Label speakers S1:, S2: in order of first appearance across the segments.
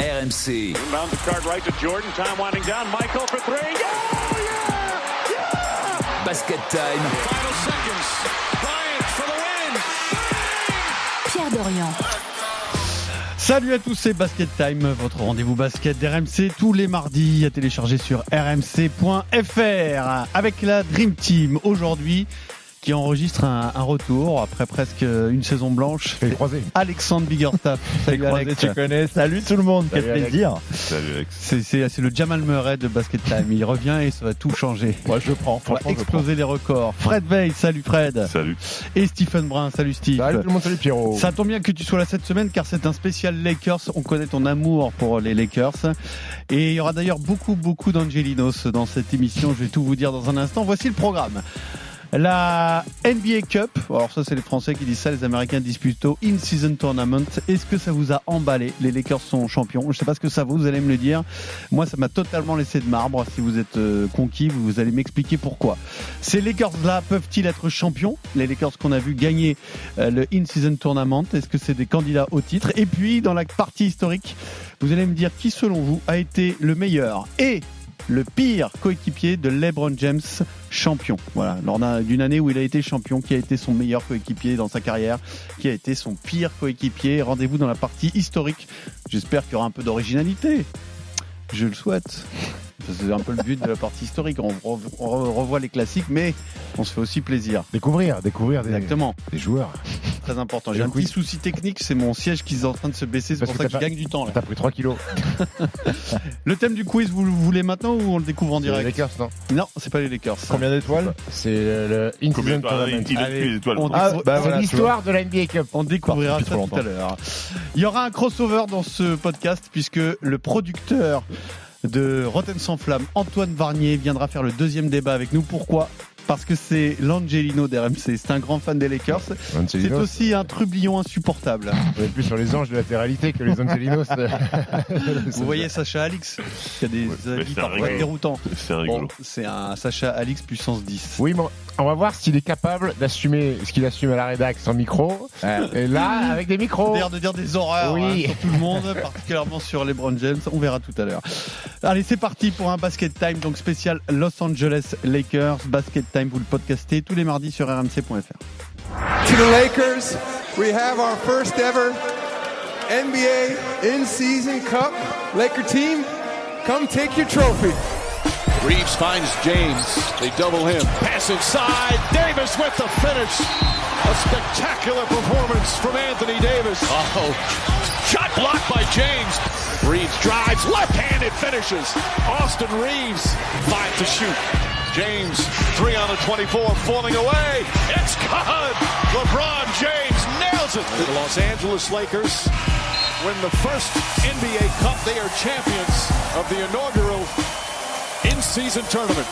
S1: RMC.
S2: Inbounds the card right to Jordan. Time winding down. Michael for three. Oh, yeah! Yeah!
S1: Basket time.
S3: Final seconds. Bryant for the
S4: Pierre
S3: win.
S4: Dorian.
S5: Salut à tous, c'est Basket Time, votre rendez-vous basket d'RMC tous les mardis à télécharger sur rmc.fr avec la Dream Team aujourd'hui qui enregistre un, un retour après presque une saison blanche.
S6: Fais croiser.
S5: Alexandre Biggerstaff. Salut Alex.
S6: connais. Salut tout le monde.
S5: Quel plaisir. C'est- C'est c'est le Jamal Murray de Basket Time. Il revient et ça va tout changer.
S6: Moi, je prends.
S5: On va
S6: Franchement, je prends.
S5: exploser les records. Fred Veil, salut Fred.
S7: Salut.
S5: Et Stephen Brun, salut Steve.
S6: Salut tout le monde. Salut Pierrot.
S5: Ça tombe bien que tu sois là cette semaine car c'est un spécial Lakers. On connaît ton amour pour les Lakers. Et il y aura d'ailleurs beaucoup, beaucoup d'Angelinos dans cette émission. Je vais tout vous dire dans un instant. Voici le programme. La NBA Cup, alors ça c'est les Français qui disent ça, les Américains disent plutôt In-Season Tournament. Est-ce que ça vous a emballé Les Lakers sont champions. Je sais pas ce que ça vaut, vous allez me le dire. Moi ça m'a totalement laissé de marbre. Si vous êtes euh, conquis, vous, vous allez m'expliquer pourquoi. Ces Lakers-là peuvent-ils être champions Les Lakers qu'on a vu gagner euh, le in-season tournament Est-ce que c'est des candidats au titre Et puis, dans la partie historique, vous allez me dire qui, selon vous, a été le meilleur et le pire coéquipier de LeBron James, champion. Voilà, lors d'un- d'une année où il a été champion, qui a été son meilleur coéquipier dans sa carrière, qui a été son pire coéquipier. Rendez-vous dans la partie historique. J'espère qu'il y aura un peu d'originalité. Je le souhaite. Ça, C'est un peu le but de la partie historique. On re- on re- revoit les classiques, mais on se fait aussi plaisir.
S6: Découvrir, découvrir des,
S5: Exactement
S6: des joueurs.
S5: très important.
S6: Et
S5: J'ai un
S6: donc, oui.
S5: petit souci technique, c'est mon siège qui est en train de se baisser, c'est
S6: Parce
S5: pour
S6: que
S5: ça que je
S6: t'as pas-
S5: gagne du temps là.
S6: T'as pris 3 kilos.
S5: Le thème du quiz, vous le voulez maintenant ou on le découvre en
S8: Les
S5: direct
S8: Lakers, non
S5: Non, c'est pas les Lakers.
S8: Combien d'étoiles C'est le
S7: Combien
S8: In-Season
S7: de ah,
S8: Tournament.
S7: il, il a
S5: Allez,
S7: plus les étoiles.
S5: on-
S7: quoi.
S8: Ah,
S5: Ils sont-
S8: bah
S6: c'est
S8: voilà, tu vois.
S6: l'histoire
S8: de la NBA Cup.
S5: On découvrira
S8: Depuis
S5: ça
S8: trop
S5: tout
S8: longtemps.
S5: à l'heure. Il y aura un crossover dans ce podcast puisque le producteur de Rotten sans flamme, Antoine Varnier, viendra faire le deuxième débat avec nous. Pourquoi parce que c'est l'Angelino d'RMC, c'est un grand fan des Lakers. C'est
S6: Angelinos.
S5: aussi un trublion insupportable.
S6: On est plus sur les anges de la réalité que les Angelinos.
S5: Vous voyez Sacha Alix, qui a des
S7: Ouais, mais
S5: avis
S7: c'est un
S5: parfois
S7: rigolo.
S5: déroutants.
S7: C'est un
S5: Bon,
S7: rigolo.
S5: c'est un Sacha Alix puissance 10.
S8: Oui, mais on va voir s'il est capable d'assumer ce qu'il assume à la rédac sans micro. Et là, avec des micros.
S5: D'ailleurs de dire des horreurs
S8: Oui.
S5: hein, sur tout le monde, particulièrement sur les LeBron James. On verra tout à l'heure. Allez, c'est parti pour un basket time donc spécial Los Angeles Lakers basket time. Vous le podcastez tous les mardis sur rmc.fr.
S9: To the Lakers, we have our first ever NBA in-season cup. Laker team, come take your trophy.
S3: Reeves finds James. They double him. Pass inside. Davis with the finish. A spectacular performance from Anthony Davis. Oh, shot blocked by James. Reeves drives. Left-handed finishes. Austin Reeves. Five to shoot. James, three on the 24, falling away. It's good. LeBron James nails it. The Los Angeles Lakers win the first NBA Cup. They are champions of the inaugural in-season tournament.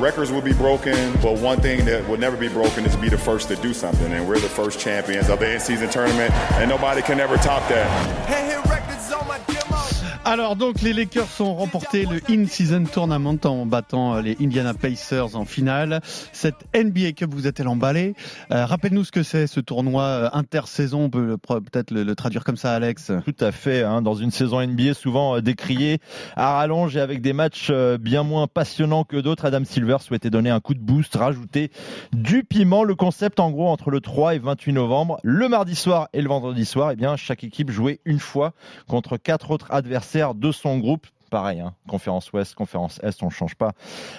S10: Records will be broken, but one thing that will never be broken is be the first to do something. And we're the first champions of the in-season tournament, and nobody can ever top that.
S9: Hey, hit records on my demo.
S5: Alors donc les Lakers ont remporté le in-season tournament en battant euh, les Indiana Pacers en finale. Cette NBA Cup vous est-elle emballée Euh, Rappelle-nous ce que c'est ce tournoi euh, intersaison. On peut le- peut-être le- le traduire comme ça, Alex.
S11: Tout à fait. hein. Dans une saison NBA souvent euh, décriée à rallonge et avec des matchs euh, bien moins passionnants que d'autres, Adam Silver souhaitait donner un coup de boost, rajouter du piment. Le concept, en gros, entre le 3 et 28 novembre, le mardi soir et le vendredi soir, eh bien, chaque équipe jouait une fois contre quatre autres adversaires de son groupe. Pareil, hein. conférence Ouest, conférence Est, on ne change pas.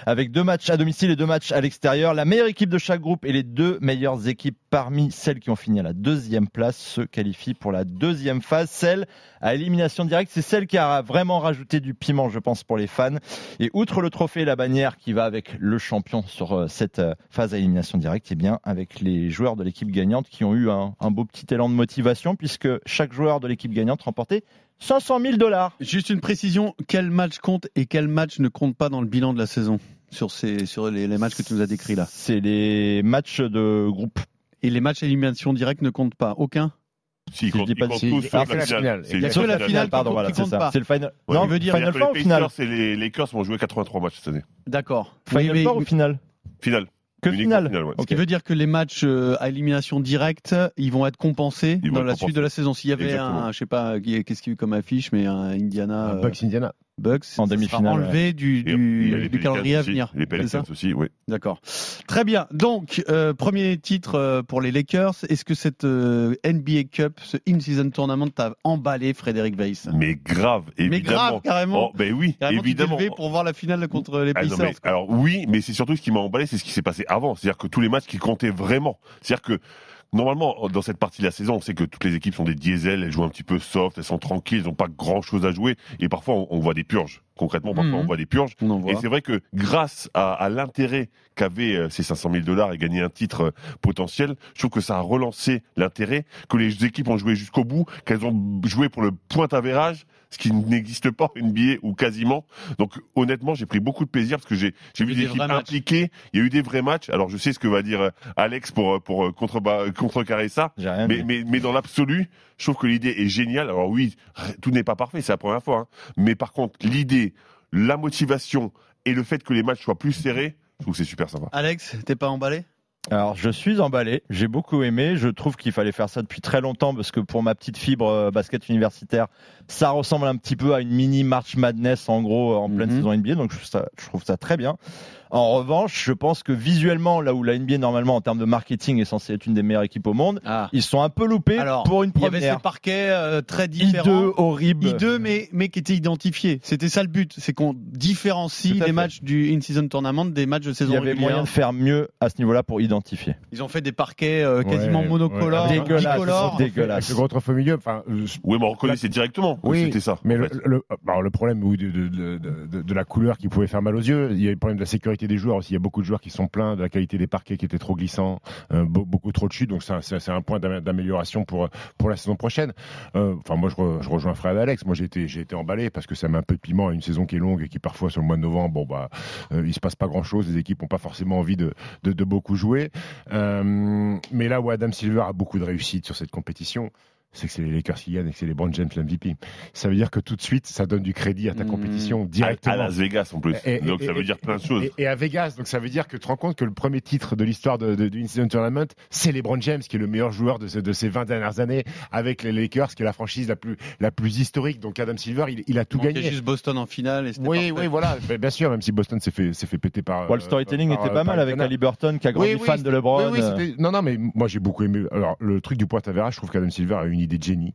S11: Avec deux matchs à domicile et deux matchs à l'extérieur, la meilleure équipe de chaque groupe et les deux meilleures équipes parmi celles qui ont fini à la deuxième place se qualifient pour la deuxième phase, celle à élimination directe. C'est celle qui a vraiment rajouté du piment, je pense, pour les fans. Et outre le trophée et la bannière qui va avec le champion sur euh, cette euh, phase à élimination directe, eh bien, avec les joueurs de l'équipe gagnante qui ont eu un, un beau petit élan de motivation puisque chaque joueur de l'équipe gagnante remportait 500 000 dollars.
S5: Juste une précision, quel match compte et quel match ne compte pas dans le bilan de la saison sur, ces, sur les, les matchs que tu nous as décrits là
S11: C'est les matchs de groupe.
S5: Et les matchs à élimination directe ne comptent pas, aucun
S7: S'il
S11: je
S7: compte,
S11: dis pas
S7: il
S11: de-
S7: compte
S11: si,
S7: tous,
S11: il
S7: sauf
S6: Ah,
S11: a fait
S7: la
S8: la
S7: finale.
S8: finale.
S7: C'est
S5: Il y a
S7: juste
S5: que la finale.
S11: pardon,
S5: qui
S11: voilà,
S5: compte
S11: c'est ça.
S5: pas.
S11: C'est le final.
S7: Ouais,
S11: non,
S7: mais
S11: veut dire
S7: c'est-à-dire
S11: final
S7: que
S11: four ou
S7: les
S11: final
S7: Pacers et les Lakers vont jouer 83 matchs cette année.
S5: D'accord. Oui,
S11: Final
S5: mais-
S11: four ou finale
S7: Finale.
S11: Que
S1: Uniquement
S11: finale.
S1: finale, ouais.
S5: Ce qui veut dire que les matchs euh, à élimination directe, ils vont être compensés
S1: Ils vont
S5: dans
S1: être
S5: la
S1: compensés.
S5: suite de la saison. S'il y avait
S1: Exactement.
S5: un, je sais pas, qui- qu'est-ce qu'il y a eu comme affiche, mais un Indiana, euh,
S6: Bucks Indiana.
S5: Bucks,
S11: En
S5: ça sera
S11: demi-finale,
S5: enlevé du, du-
S1: Il y a les
S5: du
S1: Pelicans
S5: calendrier à
S1: aussi,
S5: venir.
S1: Les
S5: c'est ça
S1: Pelicans aussi, oui.
S5: D'accord. Très bien. Donc, euh, premier titre euh, pour les Lakers. Est-ce que cette euh, NBA Cup, ce in-season tournament, t'a emballé, Frédéric Weiss
S1: Mais grave, évidemment.
S5: Mais grave, carrément.
S1: Oh, ben oui,
S5: Carrément, tu t'es
S1: évidemment.
S5: levé pour voir la finale contre les
S1: Ah non,
S5: Pacers.
S1: mais- alors oui, mais c'est surtout ce qui m'a emballé, c'est ce qui s'est passé avant. C'est-à-dire que tous les matchs qui comptaient vraiment. C'est-à-dire que normalement, dans cette partie de la saison, on sait que toutes les équipes sont des diesels, elles jouent un petit peu soft, elles sont tranquilles, elles n'ont pas grand-chose à jouer. Et parfois, on, on voit des purges. Concrètement, parfois,
S5: Mhm.
S1: on voit des purges.
S5: On en voit.
S1: Et c'est vrai que grâce à, à l'intérêt qu'avaient euh, ces 500 000 dollars et gagner un titre euh, potentiel, je trouve que ça a relancé l'intérêt, que les équipes ont joué jusqu'au bout, qu'elles ont joué pour le point avérage, ce qui n'existe pas en NBA ou quasiment. Donc honnêtement, j'ai pris beaucoup de plaisir parce que j'ai j'ai vu
S5: Il y a
S1: des
S5: des
S1: équipes
S5: vrais matchs.
S1: impliquées, il y a eu des vrais matchs. Alors je sais ce que va dire euh, Alex pour euh, pour euh, contreba- contrecarrer ça,
S11: J'ai rien
S1: mais,
S11: dit.
S1: mais, mais dans l'absolu, je trouve que l'idée est géniale. Alors oui, r- tout n'est pas parfait, c'est la première fois. hein. Mais par contre, l'idée, la motivation et le fait que les matchs soient plus serrés, je trouve que c'est super sympa.
S5: Alex, t'es pas emballé
S11: Alors, je suis emballé. J'ai beaucoup aimé. Je trouve qu'il fallait faire ça depuis très longtemps parce que pour ma petite fibre euh, basket universitaire, ça ressemble un petit peu à une mini March Madness en gros euh, en pleine
S5: Mhm.
S11: saison NBA. Donc, je trouve, ça, je trouve ça très bien. En revanche, je pense que visuellement, là où la NBA normalement en termes de marketing est censée être une des meilleures équipes au monde,
S5: Ah.
S11: ils sont un peu loupés
S5: Alors,
S11: pour une
S5: Il y avait
S11: première.
S5: ces parquets euh, très différents.
S11: Hideux, horrible.
S5: I2, mais, mais qui étaient identifiés. C'était ça le but, c'est qu'on différencie
S11: Tout à
S5: les
S11: fait.
S5: matchs du in-season tournament des matchs de
S11: Il
S5: saison
S11: y avait
S5: régulière.
S11: moyen de faire mieux à ce niveau-là pour identifier.
S5: Ils ont fait des parquets euh, quasiment
S6: Ouais,
S5: monocolores,
S6: ouais.
S11: Dégueulasse,
S5: bicolores.
S11: dégueulasse.
S6: Avec le gros trophée au milieu, enfin, euh, je-
S1: Oui, mais on reconnaissait directement que
S6: Oui,
S1: c'était ça.
S6: Mais
S1: en
S6: le,
S1: fait.
S6: le- alors, le problème oui, de, de- de- de- de la couleur qui pouvait faire mal aux yeux, il y a le problème de la sécurité des joueurs aussi. Il y a beaucoup de joueurs qui sont pleins de la qualité des parquets qui étaient trop glissants, euh, be- beaucoup trop de chutes. Donc, c'est un- c'est c'est un point d'am- d'amélioration pour, pour la saison prochaine. Euh, Enfin, moi, je, re- je rejoins Fred et Alex. Moi, j'ai été, j'ai été emballé parce que ça met un peu de piment à une saison qui est longue et qui, parfois, sur le mois de novembre, bon, bah, euh, il se passe pas grand chose. Les équipes n'ont pas forcément envie de, de, de beaucoup jouer. Euh, mais là où Adam Silver a beaucoup de réussite sur cette compétition, c'est que c'est les Lakers qui gagnent et que c'est les Brand James l'MVP. Ça veut dire que tout de suite, ça donne du crédit à ta
S5: Mmh.
S6: compétition
S1: À-
S6: directement.
S1: À Las Vegas en plus.
S6: Et-
S1: Donc
S6: et-
S1: ça veut
S6: et-
S1: dire plein de
S6: et-
S1: choses.
S6: Et, et à Vegas, donc ça veut dire que tu te rends compte que le premier titre de l'histoire de, de, du In-Season Tournament, c'est LeBron James, qui est le meilleur joueur de, ce- de ces 20 dernières années, avec les Lakers, qui est la franchise la plus, la plus historique. Donc Adam Silver, il, il a tout
S5: Il manquait
S6: gagné.
S5: juste Boston en finale. Et c'était
S6: Oui,
S5: parfait.
S6: oui, voilà, Mais bien sûr, même si Boston s'est fait, s'est fait péter par.
S11: Bon, le
S6: euh,
S11: storytelling
S6: par-
S11: était
S6: par
S11: pas mal avec
S6: Indiana.
S11: Ali Burton qui a grandi
S6: Oui, oui,
S11: fan de
S6: c'était-
S11: LeBron. euh.
S6: Oui, oui, c'était- non, non, mais moi j'ai beaucoup aimé. Alors, le truc du point avérage, je trouve qu'Adam Silver a eu une idée de génie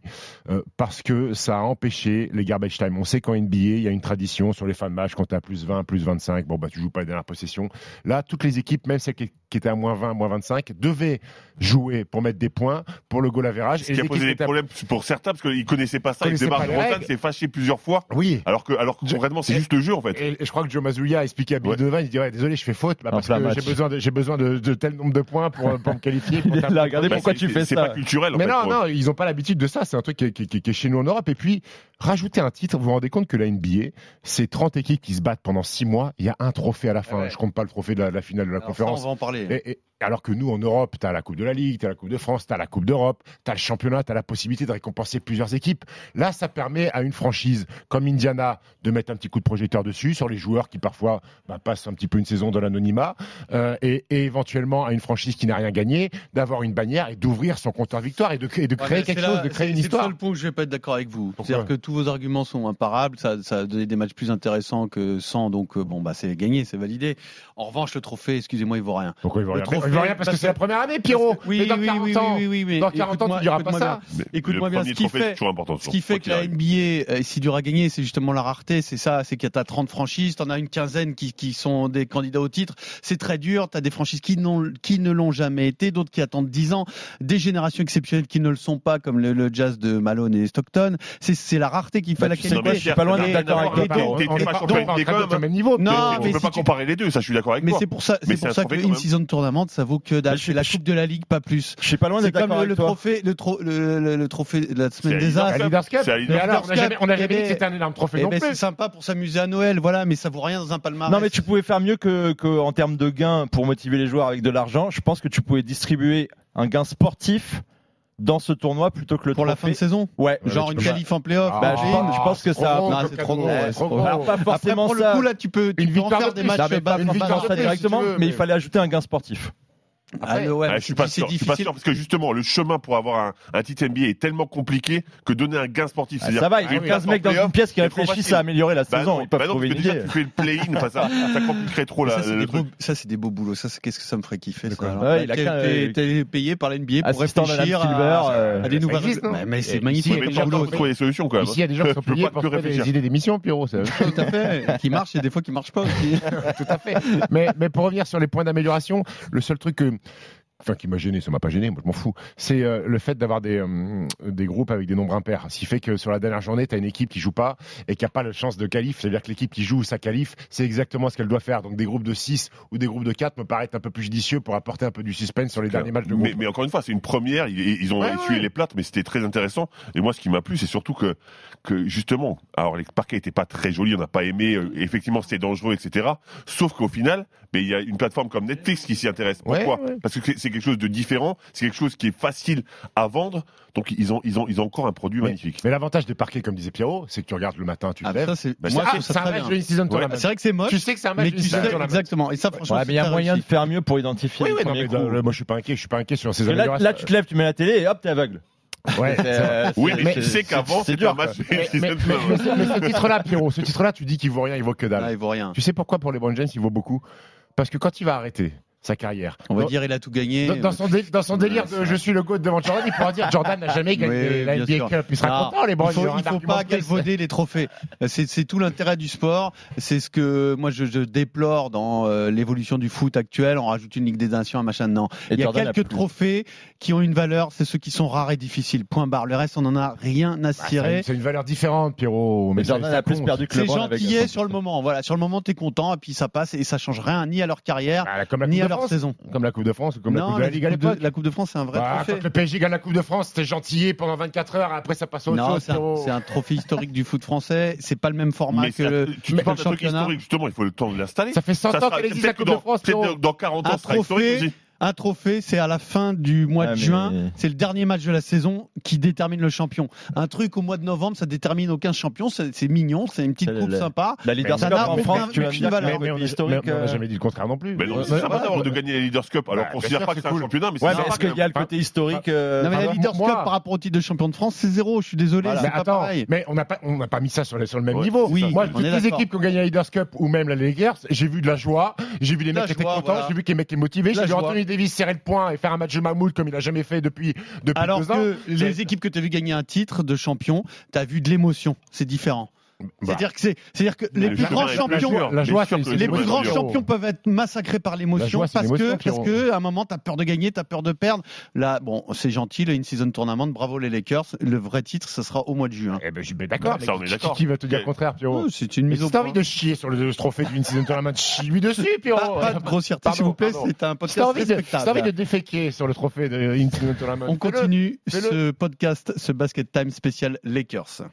S6: euh, parce que ça a empêché les garbage time. On sait qu'en NBA, il y a une tradition sur les fins de match quand t'as plus 20, plus 25, bon bah tu joues pas les dernières possessions. Là, toutes les équipes, même celles qui, qui étaient à moins 20, moins 25, devaient jouer pour mettre des points pour le goal average.
S1: Ce qui a posé des problèmes pour certains parce qu'ils connaissaient pas ça. Et
S6: Connaissaient
S1: DeMar
S6: pas les
S1: DeRozan
S6: règles.
S1: s'est fâché plusieurs fois.
S6: Oui.
S1: Alors que, alors que
S6: Je-
S1: concrètement, c'est
S6: et-
S1: juste le jeu en fait.
S6: Et, et je crois que Joe Mazzulia a expliqué à Bill
S1: Ouais.
S6: Devine, il dit ouais, désolé, je fais faute bah,
S11: Un
S6: parce
S11: plein
S6: que
S11: match.
S6: j'ai besoin, de, j'ai besoin de, de tel nombre de points pour, pour me qualifier. pour
S11: Il est
S6: taper-
S11: là, regardez
S1: Bah,
S11: pourquoi
S1: c'est-
S11: tu
S1: c'est-
S11: fais
S1: C'est
S11: ça.
S1: pas culturel en
S6: Mais
S1: fait.
S6: non,
S1: pour eux.
S6: non, ils n'ont pas l'habitude de ça. C'est un truc qui, qui- qui- qui est chez nous en Europe. Et puis, rajouter un titre, vous vous rendez compte que la NBA, c'est 30 équipes qui se battent pendant 6 mois. Il y a un trophée à la fin.
S5: Ouais.
S6: Je compte pas le trophée de la, la finale de la
S5: Alors ça,
S6: conférence.
S5: on va en parler.
S6: Et- et- alors que nous, en Europe, tu as la Coupe de la Ligue, tu as la Coupe de France, tu as la Coupe d'Europe, tu as le championnat, tu as la possibilité de récompenser plusieurs équipes. Là, ça permet à une franchise comme Indiana de mettre un petit coup de projecteur dessus sur les joueurs qui parfois bah, passent un petit peu une saison dans l'anonymat euh, et, et éventuellement à une franchise qui n'a rien gagné d'avoir une bannière et d'ouvrir son compteur victoire et de, cré- et de
S5: Ouais,
S6: créer
S5: mais
S6: quelque
S5: c'est
S6: chose,
S5: là-
S6: de créer
S5: c'est-
S6: une
S5: C'est
S6: histoire.
S5: le seul point où je vais pas être d'accord avec vous.
S6: Pourquoi
S5: C'est-à-dire que tous vos arguments sont imparables. Ça, ça a donné des matchs plus intéressants que 100. Donc, euh, bon, bah, c'est gagné, c'est validé. En revanche, le trophée, excusez-moi, il vaut rien.
S6: Pourquoi ils vont
S5: le
S6: rien faire
S5: trophée,
S6: Ils vont rien parce que
S5: parce
S6: c'est la
S5: que-
S6: première année, Pierrot.
S5: Parce que- oui,
S6: mais dans
S5: oui,
S6: 40
S5: oui,
S6: ans,
S5: oui, oui, oui, mais
S6: dans 40 ans,
S5: écoute-moi-
S6: tu diras pas
S5: écoute-moi
S6: ça.
S1: Mais
S5: Écoute-moi
S1: le
S5: bien,
S1: premier
S5: ce qui
S1: trophée,
S5: fait-
S1: c'est toujours important.
S5: Ce qui fait que la NBA euh, est si dure à gagner, c'est justement la rareté, c'est ça, c'est qu'il y a t'as 30 franchises, t'en as une quinzaine qui, qui sont des candidats au titre, c'est très dur, t'as des franchises qui, n'ont- qui ne l'ont jamais été, d'autres qui attendent 10 ans, des générations exceptionnelles qui ne le sont pas, comme le, le jazz de Malone et Stockton, c'est- c'est la rareté qui fait
S11: Bah,
S5: la
S11: tu sais
S5: qualité.
S11: quoi, je suis pas loin d'être d'accord avec toi, Pierrot.
S6: On n'est
S1: T'es pas
S6: pas on
S1: champion
S6: est pas en
S1: des
S6: train d'être
S1: gommes.
S6: au même niveau.
S5: Non,
S1: Non,
S5: mais
S1: mais on peut
S5: si
S1: pas
S5: tu-
S1: comparer les deux, ça je suis d'accord avec
S5: mais
S1: toi.
S5: c'est pour ça,
S1: Mais
S5: c'est
S1: c'est un
S5: pour ça que
S1: trophée
S5: le
S1: quand même.
S5: in-season tournament, ça vaut que dalle.
S11: je-
S5: C'est la
S11: je-
S5: Coupe de la Ligue, pas plus.
S11: Je suis pas loin
S5: C'est
S11: d'être
S5: comme
S11: d'accord
S5: le,
S11: avec
S5: le
S11: toi.
S5: trophée, le, tro- le, le- le trophée de la semaine
S1: C'est
S5: des
S1: énorme.
S5: As.
S6: La Leaders Cup.
S1: C'est la Leaders
S6: Mais alors,
S5: Cup.
S6: on n'a jamais, on n'a jamais
S5: Eh
S6: dit
S5: ben-
S6: que c'était un énorme trophée
S5: Eh
S6: non
S5: ben,
S6: plus.
S5: c'est sympa pour s'amuser à Noël, voilà, mais ça vaut rien dans un palmarès.
S11: Non mais tu pouvais faire mieux que, que en termes de gains pour motiver les joueurs avec de l'argent. Je pense que tu pouvais distribuer un gain sportif dans ce tournoi plutôt que le
S5: Pour la
S11: trophée.
S5: fin de saison Euh,
S11: Ouais.
S5: Genre une qualif en playoff
S11: Bah, je,
S5: imagine.
S11: pense, je pense que
S5: Ah, C'est
S11: ça.
S5: trop gros,
S11: Non,
S5: c'est trop gros,
S11: Ouais,
S5: ouais,
S11: c'est trop
S5: gros.
S11: Alors, pas forcément
S5: Après, pour
S11: ça.
S5: le coup, là, tu peux, tu peux en faire des matchs
S11: Non, mais
S5: bas-
S11: une
S5: bas-
S11: victoire
S5: bas-
S11: pas directement, mais il fallait ajouter un gain sportif.
S5: Après- Ah, ouais,
S9: Ah,
S5: mais
S9: je suis pas
S5: c'est
S9: sûr, je suis pas
S5: difficile.
S9: sûr parce que justement le chemin pour avoir un, un titre NBA est tellement compliqué que donner un gain sportif,
S11: Ah,
S9: c'est-à-dire
S11: ça va, ils
S9: une
S11: ont 15
S9: place en
S11: mecs dans
S9: play-off,
S11: une pièce qui
S9: c'est trop
S11: réfléchissent
S9: facile.
S11: à améliorer la
S9: Bah
S11: saison.
S9: non,
S11: ils peuvent
S9: bah non,
S11: trouver
S9: parce
S11: une
S9: que déjà,
S11: idée.
S9: tu fais le play-in, enfin, ça, ça compliquerait trop la,
S5: ça, c'est
S9: le
S5: des
S9: truc.
S5: beaux, ça, c'est des beaux boulots. Ça, c'est- qu'est-ce que ça me ferait kiffer ça, alors.
S11: Ouais, il a
S5: T'es-
S11: qu'un-
S5: t'es- T'es payé par la NBA pour
S11: Assistant
S5: réfléchir
S11: d'Adam
S5: à,
S11: Silver, euh,
S5: à des nouvelles
S6: existe,
S5: règles.
S6: non
S5: Ouais, Mais c'est
S6: Et
S5: magnifique
S9: Ouais, mais
S5: comme
S9: chacun
S5: boulot.
S9: peut trouver des solutions quand même.
S6: Ici, il y a des gens qui sont
S9: Je peux
S6: payés
S9: pas
S6: pour
S9: que
S6: trouver des
S9: réfléchir.
S6: idées d'émission, Pierrot. c'est la même chose.
S5: Tout à fait. Qui marche et des fois qui marche pas aussi.
S6: tout à fait. Mais, mais pour revenir sur les points d'amélioration, le seul truc que. Enfin, qui m'a gêné, ça m'a pas gêné, moi je m'en fous. C'est euh, le fait d'avoir des, euh, des groupes avec des nombres impairs. Ce qui fait que sur la dernière journée, tu as une équipe qui joue pas et qui a pas la chance de qualif. C'est-à-dire que l'équipe qui joue sa qualif, c'est exactement ce qu'elle doit faire. Donc des groupes de 6 ou des groupes de 4 me paraissent un peu plus judicieux pour apporter un peu du suspense sur les derniers matchs de groupe.
S9: Mais, mais encore une fois, c'est une première. Ils, ils ont
S6: Ouais,
S9: essuyé
S6: ouais.
S9: les plates, mais c'était très intéressant. Et moi, ce qui m'a plu, c'est surtout que, que justement, alors les parquets n'étaient pas très jolis, on n'a pas aimé. euh, effectivement, c'était dangereux, etc. Sauf qu'au final, mais il y a une plateforme comme Netflix qui s'y intéresse.
S6: Ouais,
S9: Pourquoi
S6: ouais.
S9: Parce que c'est quelque chose de différent. C'est quelque chose qui est facile à vendre. Donc ils ont, ils ont, ils ont encore un produit magnifique.
S6: Mais l'avantage des parquets, comme disait Pierrot, c'est que tu regardes le matin, tu te
S5: Ah,
S6: lèves.
S5: ça, c'est, moi,
S6: Bah,
S5: je
S6: c'est- ah,
S5: trouve ça
S6: c'est un
S5: très
S6: match
S5: bien.
S6: de in
S9: Ouais.
S5: C'est vrai que c'est moche.
S6: Ah, Tu sais que c'est un match
S5: mais
S6: de
S5: tu
S6: season
S5: sais,
S6: tournament.
S5: exactement. Et ça, franchement,
S11: Ouais, mais il y a
S5: c'est très
S11: moyen de
S5: réussi.
S11: faire mieux pour identifier
S6: Oui,
S11: les
S6: oui, non,
S11: premiers
S6: mais
S11: coups.
S6: dans le- moi je suis pas inquiet, je suis pas inquiet sur ces
S11: Parce que là,
S6: améliorations.
S11: là, tu te lèves, tu mets la télé et hop, t'es aveugle.
S6: Ouais.
S11: C'est, euh,
S9: Oui,
S11: c'est-
S9: mais
S11: c'est-
S9: tu sais qu'avant,
S11: c'est
S9: c'était un
S11: dur.
S9: match.
S6: mais, mais- mais- mais ce- mais ce titre-là, Pierrot, ce titre-là, tu dis qu'il vaut rien, il vaut que dalle.
S5: Ah, il vaut rien.
S6: Tu sais pourquoi pour LeBron James il vaut beaucoup Parce que quand il va arrêter sa carrière,
S5: On va
S6: dans,
S5: dire, il a tout gagné.
S6: dans- dans son, dé- dans son délire de je suis le GOAT devant Jordan, il pourra dire Jordan n'a jamais gagné
S5: Oui,
S6: la
S5: bien
S6: NBA
S5: sûr.
S6: Cup. Il sera
S5: Non,
S6: content, LeBron.
S5: Il faut,
S6: aura
S5: il
S6: un
S5: faut
S6: argument
S5: pas
S6: de plus.
S5: galvauder les trophées. C'est c'est tout l'intérêt du sport. C'est ce que moi je, je déplore dans euh, l'évolution du foot actuel. On rajoute une Ligue des Nations, un machin. Non.
S11: Et
S5: Il y a
S11: Jordan a
S5: quelques
S11: plus.
S5: trophées qui ont une valeur. C'est ceux qui sont rares et difficiles. Point barre. Le reste, on n'en a rien à
S11: Bah,
S6: Ah, c'est une-
S5: cirer.
S6: C'est une valeur différente, Pierrot.
S11: Mais
S6: ça-
S11: Jordan
S6: ça
S11: a plus
S6: compte.
S11: perdu que
S5: C'est
S11: LeBron avec.
S5: gentillet sur le moment. Voilà, sur le moment, t'es content et puis ça passe et ça change rien ni à leur carrière
S6: Bah, comme la
S5: ni
S6: Coupe
S5: à
S6: de
S5: leur
S6: France.
S5: saison.
S6: Comme la Coupe de France ou comme la
S5: Non,
S6: Coupe de la
S5: la,
S6: Ligue à
S5: coupe de,
S6: l'époque.
S5: la Coupe de France, c'est un vrai
S6: Bah,
S5: trophée.
S6: quand le PSG gagne la Coupe de France, c'était gentillé pendant 24 heures, après ça passe à autre
S5: Non,
S6: chose.
S5: c'est un,
S6: Pierrot.
S5: c'est un trophée historique du foot français. C'est pas le même format
S9: Mais
S5: que
S9: ça-
S5: le,
S9: tu
S5: que
S9: parles
S5: le
S9: d'un truc
S5: championnat.
S9: historique, justement, il faut le temps de l'installer.
S6: Ça fait 100
S9: Ça
S6: ans
S9: sera-
S6: qu'elle existe la
S9: peut-être que
S6: Coupe de
S9: dans-
S6: France,
S9: peut-être
S6: Pierrot.
S9: que dans 40 ans,
S5: Un
S9: ce sera historique
S5: trophée,
S9: aussi.
S5: un trophée, c'est à la fin du mois
S11: Ah,
S5: de
S11: mais-
S5: juin. C'est le dernier match de la saison qui détermine le champion. Un truc au mois de novembre, ça détermine aucun champion. C'est c'est mignon, c'est une petite
S11: C'est le-
S5: coupe
S11: le-
S5: sympa.
S11: La Leaders
S5: Ça
S11: Cup
S5: n'a
S11: en
S5: aucun-
S11: France, tu vas me
S5: aucune
S11: dire que
S5: valeur.
S11: c'est un
S6: Mais- mais on-
S11: rugby
S6: mais
S11: historique.
S6: on n'a
S11: euh,
S6: jamais dit le contraire non plus.
S9: Mais non,
S6: Ouais,
S9: c'est
S6: ouais,
S9: sympa
S6: ouais,
S9: d'avoir de
S6: ouais.
S9: gagner la Leaders Cup. Alors,
S6: Bah, bien
S9: considère
S6: sûr
S9: pas
S6: que
S9: que c'est un
S6: c'est cool.
S9: championnat, mais c'est
S11: Ouais, mais
S9: sympa
S11: est-ce
S9: quand même.
S11: qu'il y a le côté historique euh,
S5: Non, mais la
S6: Pardon,
S5: Leaders
S6: moi-
S5: Cup par rapport au titre de champion de France, c'est zéro. Je suis désolé,
S6: Voilà.
S5: c'est
S6: Mais
S5: pas
S6: attends,
S5: pareil.
S6: mais on n'a pas, on n'a pas mis ça sur le, sur le même
S9: Ouais,
S6: niveau.
S5: oui,
S6: Moi,
S5: on
S6: toutes
S5: est
S6: les
S5: d'accord.
S6: équipes qui ont gagné la Leaders Cup ou même la Lakers, j'ai vu de la joie, j'ai vu des
S5: La
S6: mecs qui étaient
S5: joie,
S6: contents,
S5: voilà.
S6: j'ai vu que les mecs étaient motivés,
S5: La
S6: j'ai vu
S5: joie.
S6: Anthony Davis serrer le point et faire un match de mammouth comme il a jamais fait depuis, depuis
S5: Alors
S6: deux ans.
S5: que les
S6: Mais-
S5: équipes que tu as vu gagner un titre de champion, tu as vu de l'émotion. C'est différent. C'est-à-dire que, c'est- c'est-à-dire que les
S9: Le
S5: plus
S9: chemin
S5: grands
S9: est plus
S5: champions,
S9: dur.
S6: la joie,
S9: Bien sûr
S6: c'est-
S9: que le
S5: Les
S9: chemin
S5: plus
S9: est
S5: grands
S9: dur.
S5: champions peuvent être massacrés par
S6: La
S5: l'émotion
S6: joie, c'est
S5: parce que
S6: l'émotion,
S5: parce
S6: Pierrot.
S5: que à un moment t'as peur de gagner, t'as peur de perdre. Là, bon, c'est gentil, le in-season tournament, bravo les Lakers. Le vrai titre, ce sera au mois de juin.
S6: Eh ben, je suis ben d'accord.
S9: Bah, ça,
S6: mais
S9: on est
S6: qui-
S9: d'accord.
S6: Qui va te dire le
S9: Mais-
S6: contraire, Pierrot
S5: Oh, c'est une
S6: Mais
S5: mise au
S6: si t'as
S5: point.
S6: envie de chier sur le, le trophée d'une season tournament, chie-lui dessus,
S5: Pas,
S6: Pierrot.
S5: pas de grossièreté,
S6: oh. Pardon,
S5: s'il vous plaît.
S6: pardon.
S5: C'est un
S6: Si t'as
S5: podcast
S6: envie, de- si t'as envie de
S5: respectable.
S6: déféquer sur le trophée de Incident Tournament,
S5: On
S6: fais-le.
S5: continue
S6: Fais-le.
S5: ce podcast, ce Basket Time spécial Lakers.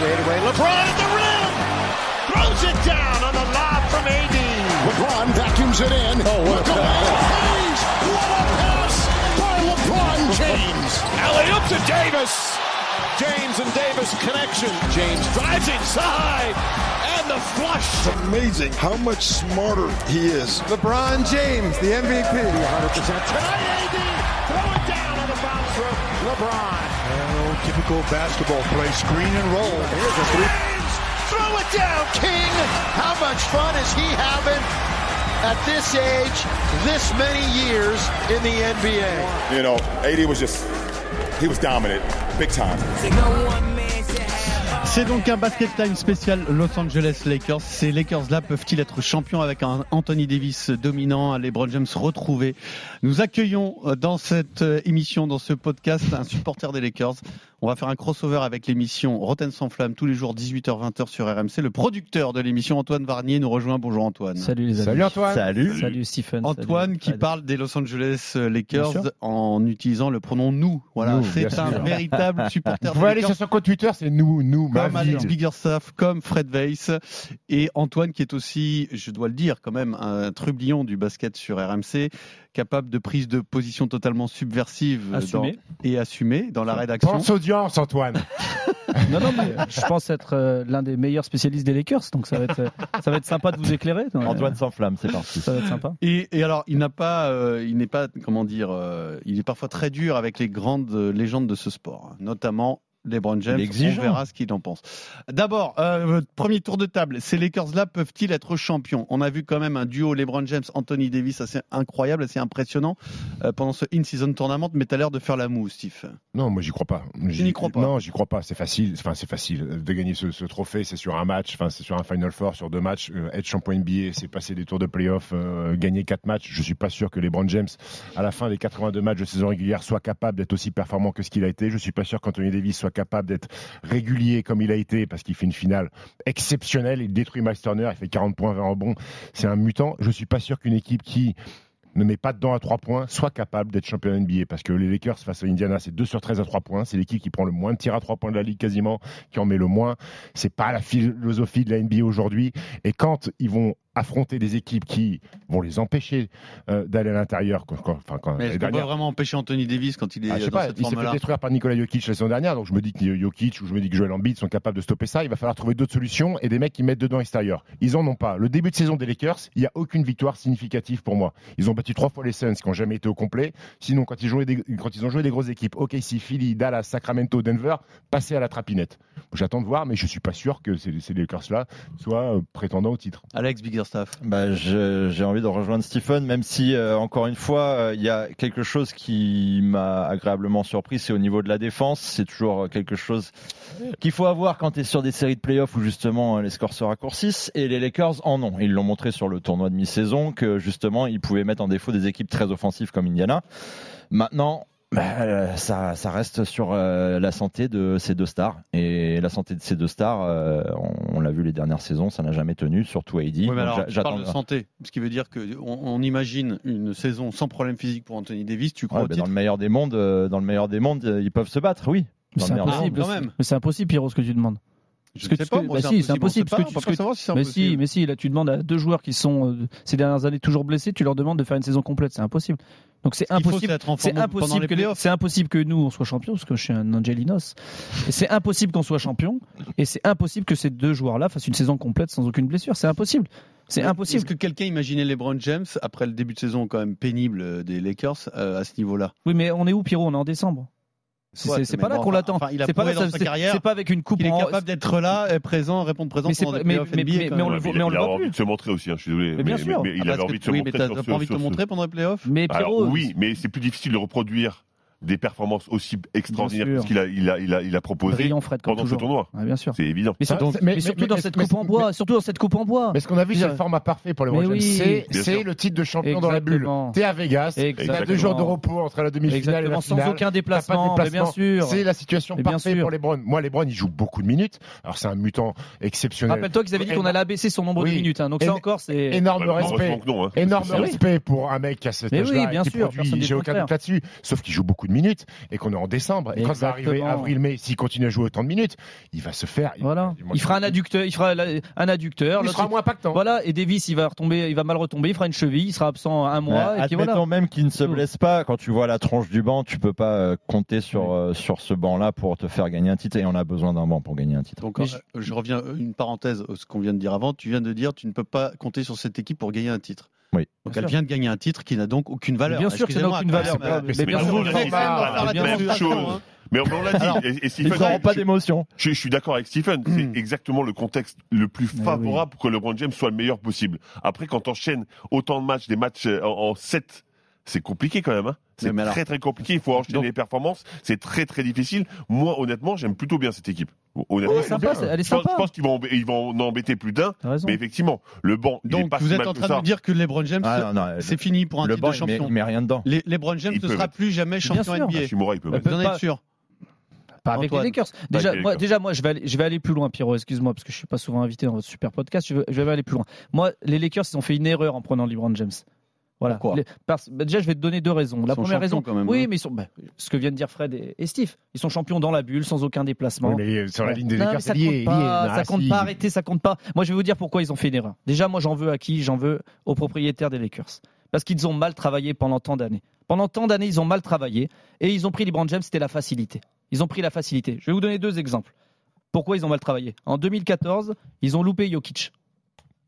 S3: LeBron at the rim. Throws it down on the lob from AD. LeBron vacuums it in. Oh, what a pass. What a pass by LeBron James. Alley up to Davis. James and Davis connection. James drives inside. And the flush.
S12: amazing how much smarter he is.
S13: LeBron James, the MVP.
S3: Tonight, AD. Throw it down on the bounce from LeBron.
S12: Oh, typical basketball play, screen and roll. Here's a three.
S3: James, throw it down, King. How much fun is he having at this age, this many years in the NBA?
S1: You know, AD was just, he was dominant, big time.
S5: C'est donc un basket time spécial Los Angeles Lakers. Ces Lakers-là peuvent-ils être champions avec un Anthony Davis dominant, un LeBron James retrouvé Nous accueillons euh, dans cette euh, émission, dans ce podcast, un supporter des Lakers. On va faire un crossover avec l'émission Rotten sans flamme tous les jours 18h-20h sur RMC. Le producteur de l'émission Antoine Varnier nous rejoint. Bonjour Antoine.
S9: Salut les amis.
S5: Salut Antoine.
S9: Salut. Salut Stephen.
S5: Antoine
S9: salut,
S5: qui parle des Los Angeles euh, Lakers en utilisant le pronom nous. Voilà, nous, c'est un sûr. véritable supporter.
S6: Vous aller sur son compte Twitter, c'est nous, nous.
S5: Comme ma Alex Biggerstaff, comme Fred Weiss et Antoine qui est aussi, je dois le dire quand même, un trublion du basket sur RMC, capable de prise de position totalement subversive euh,
S9: assumé.
S5: dans, et assumée dans la rédaction.
S6: Pense audience, Antoine.
S9: non, non, mais je pense être euh, l'un des meilleurs spécialistes des Lakers, donc ça va être, euh, ça va être sympa de vous éclairer. Donc,
S11: Antoine euh, sans flamme, c'est parti.
S9: Ça va être sympa.
S5: Et, et alors, il n'a pas, euh, il n'est pas, comment dire, euh, il est parfois très dur avec les grandes euh, légendes de ce sport, hein. notamment LeBron James. On verra ce qu'il en pense. D'abord, euh, premier tour de table. Ces Lakers-là peuvent-ils être champions On a vu quand même un duo LeBron James-Anthony Davis assez incroyable, assez impressionnant euh, pendant ce in-season tournament. Mais t'as l'air de faire la moue, Steve.
S6: Non, moi j'y crois pas.
S5: Je n'y crois pas.
S6: Non, j'y crois pas. C'est facile. Enfin, c'est facile de gagner ce, ce trophée. C'est sur un match. Enfin, c'est sur un Final Four, sur deux matchs. Euh, être champion NBA, c'est passer des tours de playoff, euh, gagner quatre matchs. Je suis pas sûr que LeBron James, à la fin des 82 matchs de saison régulière, soit capable d'être aussi performant que ce qu'il a été. Je suis pas sûr qu'Anthony Davis soit capable d'être régulier comme il a été, parce qu'il fait une finale exceptionnelle. Il détruit Max Turner, il fait 40 points, 20 rebonds. C'est un mutant. Je ne suis pas sûr qu'une équipe qui ne met pas dedans à 3 points soit capable d'être champion NBA. Parce que les Lakers face à Indiana, c'est 2 sur 13 à 3 points. C'est l'équipe qui prend le moins de tirs à 3 points de la ligue quasiment, qui en met le moins. C'est pas la philosophie de la NBA aujourd'hui. Et quand ils vont affronter des équipes qui vont les empêcher euh, d'aller à l'intérieur. Quand, quand, enfin, quand
S5: mais est-ce dernière... qu'on peut vraiment empêcher Anthony Davis quand il est
S6: ah, je sais
S5: dans
S6: pas,
S5: cette
S6: Il s'est fait détruire par Nicolas Jokic la saison dernière, donc je me dis que Jokic ou je me dis que Joel Embiid sont capables de stopper ça. Il va falloir trouver d'autres solutions et des mecs qui mettent dedans extérieur. Ils en ont pas. Le début de saison des Lakers, il n'y a aucune victoire significative pour moi. Ils ont battu trois fois les Suns qui n'ont jamais été au complet. Sinon, quand ils, jouaient des... quand ils ont joué des grosses équipes, OKC, Philly, Dallas, Sacramento, Denver, passer à la trapinette. J'attends de voir, mais je suis pas sûr que ces, ces Lakers-là soient euh, prétendants au titre.
S9: Ah.
S5: Alex Bigger Staff.
S11: Bah, je, j'ai envie de rejoindre Stephen, même si, euh, encore une fois, il euh, y a quelque chose qui m'a agréablement surpris, c'est au niveau de la défense. C'est toujours euh, quelque chose qu'il faut avoir quand tu es sur des séries de playoffs où justement euh, les scores se raccourcissent. Et les Lakers en ont. Ils l'ont montré sur le tournoi de mi-saison que justement ils pouvaient mettre en défaut des équipes très offensives comme Indiana. Maintenant, bah, ça, ça, reste sur euh, la santé de ces deux stars. Et la santé de ces deux stars, euh, on, on, l'a vu les dernières saisons, ça n'a jamais tenu, surtout Heidi.
S5: Oui, mais alors, tu parles de santé, ce qui veut dire qu'on on imagine une saison sans problème physique pour Anthony Davis, tu crois ouais, au
S11: bah,
S5: titre
S11: dans, le meilleur des mondes, euh, dans le meilleur des mondes, ils peuvent se battre, oui.
S9: Mais c'est impossible, quand même. mais c'est impossible, Pierrot, ce que tu demandes.
S5: Je ne sais pas, moi,
S9: bah c'est, c'est impossible. impossible.
S5: On peut pas savoir si c'est
S9: mais
S5: impossible.
S9: si, mais si, là tu demandes à deux joueurs qui sont euh, ces dernières années toujours blessés, tu leur demandes de faire une saison complète, c'est impossible. Donc c'est impossible.
S5: C'est,
S9: c'est impossible que c'est impossible que nous on soit champions parce que je suis un Angelinos. Et c'est impossible qu'on soit champion et c'est impossible que ces deux joueurs-là fassent une saison complète sans aucune blessure. C'est impossible. C'est impossible.
S5: Est-ce que quelqu'un imaginait LeBron James après le début de saison quand même pénible des Lakers euh, à ce niveau-là
S9: Oui, mais on est où, Pierrot On est en décembre. C'est, ouais, c'est, c'est pas là qu'on l'attend.
S5: Enfin, il a
S9: c'est pas
S5: dans sa
S9: c'est,
S5: carrière.
S9: C'est pas avec une coupe.
S5: Il est capable en... d'être là, présent, répondre présent.
S9: Mais, c'est
S5: pas,
S9: mais, mais,
S5: NBA,
S9: mais on,
S1: ouais,
S9: le,
S1: il
S9: on
S1: il
S9: le
S1: a
S9: voit
S1: envie
S9: plus.
S1: de se montrer aussi. Hein, je suis désolé.
S9: Mais bien sûr.
S1: Mais, il
S5: Ah,
S1: avait
S5: parce
S1: envie de
S5: que-
S1: se
S5: oui,
S1: montrer.
S5: mais t'as
S1: sur
S5: t'as
S1: ce-
S5: pas envie de
S1: sur
S5: te
S1: ce-
S5: montrer pendant les playoffs
S9: Mais
S1: Alors,
S9: Pierrot,
S1: oui, mais c'est plus difficile de reproduire des performances aussi extraordinaires
S9: Bien
S1: que
S9: sûr.
S1: ce qu'il a, il a, il a, il a proposé
S9: brillant Fred comme
S1: pendant ce
S9: toujours. Ah.
S1: tournoi.
S9: Ouais, bien sûr.
S1: C'est évident.
S9: Mais
S5: Hein
S6: Ça,
S9: surtout,
S6: c'est- mais-
S9: mais surtout
S6: mais-
S9: dans
S6: mais-
S9: cette
S6: mais-
S9: coupe en bois,
S6: mais-
S9: surtout dans cette coupe en bois.
S6: Mais ce qu'on a vu, c'est
S9: Bien.
S6: le format parfait pour le
S9: euh, Mais
S6: World Cup.
S9: oui.
S6: C'est
S1: Bien
S6: c'est
S1: sûr.
S6: le titre de champion dans la bulle.
S9: Exactement.
S6: T'es à Vegas, t'as deux
S9: Exactement.
S6: jours de repos entre la demi-finale et
S9: Exactement,
S6: la
S9: sans
S6: finale.
S9: aucun
S6: T'as pas de
S9: déplacement, mais bien sûr.
S6: C'est la situation
S14: Eh
S9: Mais bien
S6: parfaite
S9: sûr.
S6: pour Lebron. Moi, Lebron, il joue beaucoup de minutes. Alors, c'est un mutant exceptionnel.
S9: Rappelle-toi qu'ils avaient dit qu'on allait abaisser son nombre de
S6: Oui.
S9: minutes. hein. Donc
S6: Et-
S9: ça encore, c'est
S6: Énorme
S1: Bah,
S6: respect.
S1: heureusement que non, hein.
S6: Énorme
S1: Parce que c'est-
S6: respect pour un mec à cet
S9: Mais
S6: âge-là
S9: oui, bien
S6: qui
S9: sûr, personne
S6: produit,
S9: dit le
S6: j'ai aucun
S9: contraire.
S6: doute là-dessus. Sauf qu'il joue beaucoup de minutes et qu'on est en décembre. Et quand ça va arriver
S9: Exactement.
S6: avril-mai, s'il continue à jouer autant de minutes, il va se faire.
S9: voilà. Il fera un adducteur, il fera la- un adducteur.
S6: Il
S9: l'autre,
S6: sera moins impactant.
S9: Voilà, et Davis, il va retomber, il va mal retomber, il fera une cheville, il sera absent un mois,
S11: Ouais,
S9: et puis
S11: admettons
S9: voilà.
S11: même qu'il ne se
S9: Tout.
S11: blesse pas, quand tu vois la tronche du banc, tu peux pas euh, compter sur, euh, sur ce banc-là pour te faire gagner un titre. Et on a besoin d'un banc pour gagner un titre.
S5: Donc,
S9: Mais
S5: euh, je... reviens euh, une parenthèse à ce qu'on vient de dire avant. Tu viens de dire tu ne peux pas compter sur cette équipe pour gagner un titre.
S11: Oui.
S5: Donc
S9: Bien
S5: elle
S9: sûr.
S5: vient de gagner un titre qui n'a donc aucune valeur.
S9: Bien sûr que ça n'a
S5: Excusez-moi,
S9: aucune
S5: quand
S9: valeur.
S5: même, euh,
S6: mais
S9: Mais bien
S1: Mais
S9: sûr,
S1: on
S5: on
S1: l'a
S5: le
S9: que
S5: fait
S1: dit,
S9: ça
S5: quand même
S9: va.
S5: dans la
S1: c'est la
S9: Bien
S1: même
S9: sûr.
S1: chose. Mais on l'a dit. Et, et
S11: Ils
S1: Stephen,
S11: n'auront pas
S1: je-
S11: d'émotion.
S1: Je, je suis d'accord avec Stephen. C'est exactement le contexte le plus
S5: Eh
S9: Mais
S1: favorable pour que LeBron James soit le meilleur possible. Après, quand t'enchaînes autant de matchs, des matchs euh, en, en 7, c'est compliqué quand même. hein. C'est
S5: Mais- mais alors-
S1: très très compliqué. Il faut enchaîner
S5: Donc-
S1: les performances. C'est très très difficile. Moi, honnêtement, j'aime plutôt bien cette équipe. Honnêtement,
S9: Elle est sympa, c'est- elle est
S1: je pense,
S9: sympa.
S1: je pense qu'ils vont, embê- ils vont en embêter plus d'un.
S9: T'as raison.
S1: Mais effectivement, le banc, il est
S5: Donc
S1: pas
S5: vous
S1: si
S5: êtes
S1: mal
S5: en
S1: que
S5: train de
S1: ça.
S5: me dire que LeBron James,
S11: Ah, non, non,
S5: c'est fini pour un
S11: le
S5: titre
S11: banc,
S5: de
S11: il met,
S5: champion.
S11: il met rien dedans.
S5: Les- LeBron James ne
S1: Ils peuvent
S5: sera plus jamais
S9: Bien
S5: champion
S9: sûr.
S5: NBA.
S1: Hachimura, il peut
S9: Ils
S5: Bah, Vous en
S9: peuvent
S5: êtes
S9: pas.
S5: sûr
S14: Pas avec les Lakers. Déjà, moi, déjà, moi, je vais aller, je vais aller plus loin, Pierrot. Excuse-moi, parce que je suis pas souvent invité dans votre super podcast. Je, veux- je vais aller plus loin. Moi, les Lakers, ils ont fait une erreur en prenant LeBron James. Voilà.
S5: Pourquoi
S14: Les- parce- bah, déjà, je vais te donner deux raisons. La
S5: sont
S14: première raison,
S5: champions quand même,
S14: oui,
S5: hein.
S14: mais ils sont, bah, ce que viennent de dire Fred et, et Steve, ils sont champions dans la bulle, sans aucun déplacement.
S6: Oui, mais euh, sur la
S14: Bon.
S6: ligne des
S14: Non,
S6: Lakers,
S14: mais ça
S6: c'est lié,
S14: compte
S6: lié.
S14: pas,
S6: Non,
S14: ça compte
S6: si.
S14: pas. Arrêtez, ça compte pas. Moi, je vais vous dire pourquoi ils ont fait une erreur. Déjà, moi, j'en veux à qui J'en veux aux propriétaires des Lakers. Parce qu'ils ont mal travaillé pendant tant d'années. Pendant tant d'années, ils ont mal travaillé et ils ont pris LeBron James, c'était la facilité. Ils ont pris la facilité. Je vais vous donner deux exemples. Pourquoi ils ont mal travaillé En 2014, ils ont loupé Jokic.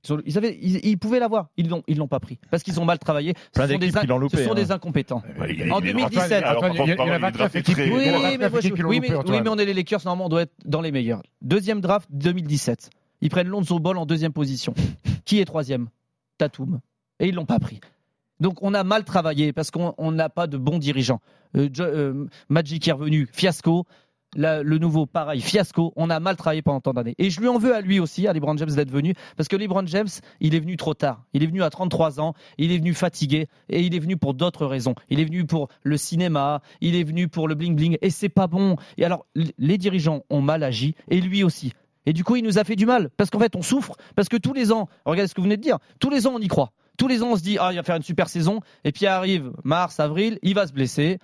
S14: Ils, ont- ils avaient, ils, ils pouvaient l'avoir, ils l'ont, ils l'ont pas pris parce qu'ils ont mal travaillé. Ce
S11: Plein
S14: sont des,
S11: d'équipes qui l'ont loupé,
S14: ce sont
S11: hein.
S14: des incompétents. En
S1: il est-
S14: 2017,
S1: Antoine,
S6: Antoine, il y a- il y en a
S1: il est
S6: 29
S1: drafté
S6: équipes.
S1: très-
S6: Oui,
S14: Oui,
S6: Bon,
S14: mais,
S6: la draft,
S14: moi, je-
S6: qui l'ont
S14: oui,
S6: loupé,
S14: mais-
S6: Antoine.
S14: oui, mais on est les Lakers, normalement on doit être dans les meilleurs. Deuxième draft 2017. Ils prennent Lonzo Ball en deuxième position. Qui est troisième Tatum. Et ils l'ont pas pris. Donc on a mal travaillé parce qu'on on n'a pas de bons dirigeants. Euh, Jo- euh, Magic est revenu, fiasco. La- le nouveau, pareil, fiasco. On a mal travaillé pendant tant d'années. Et je lui en veux à lui aussi, à LeBron James, d'être venu. Parce que LeBron James, il est venu trop tard. Il est venu à 33 ans. Il est venu fatigué. Et il est venu pour d'autres raisons. Il est venu pour le cinéma. Il est venu pour le bling-bling. Et c'est pas bon. Et alors, l- les dirigeants ont mal agi. Et lui aussi. Et du coup, il nous a fait du mal. Parce qu'en fait, on souffre. Parce que tous les ans, regardez ce que vous venez de dire, tous les ans, on y croit. Tous les ans, on se dit, ah, il va faire une super saison. Et puis arrive mars, avril, il va se blesser.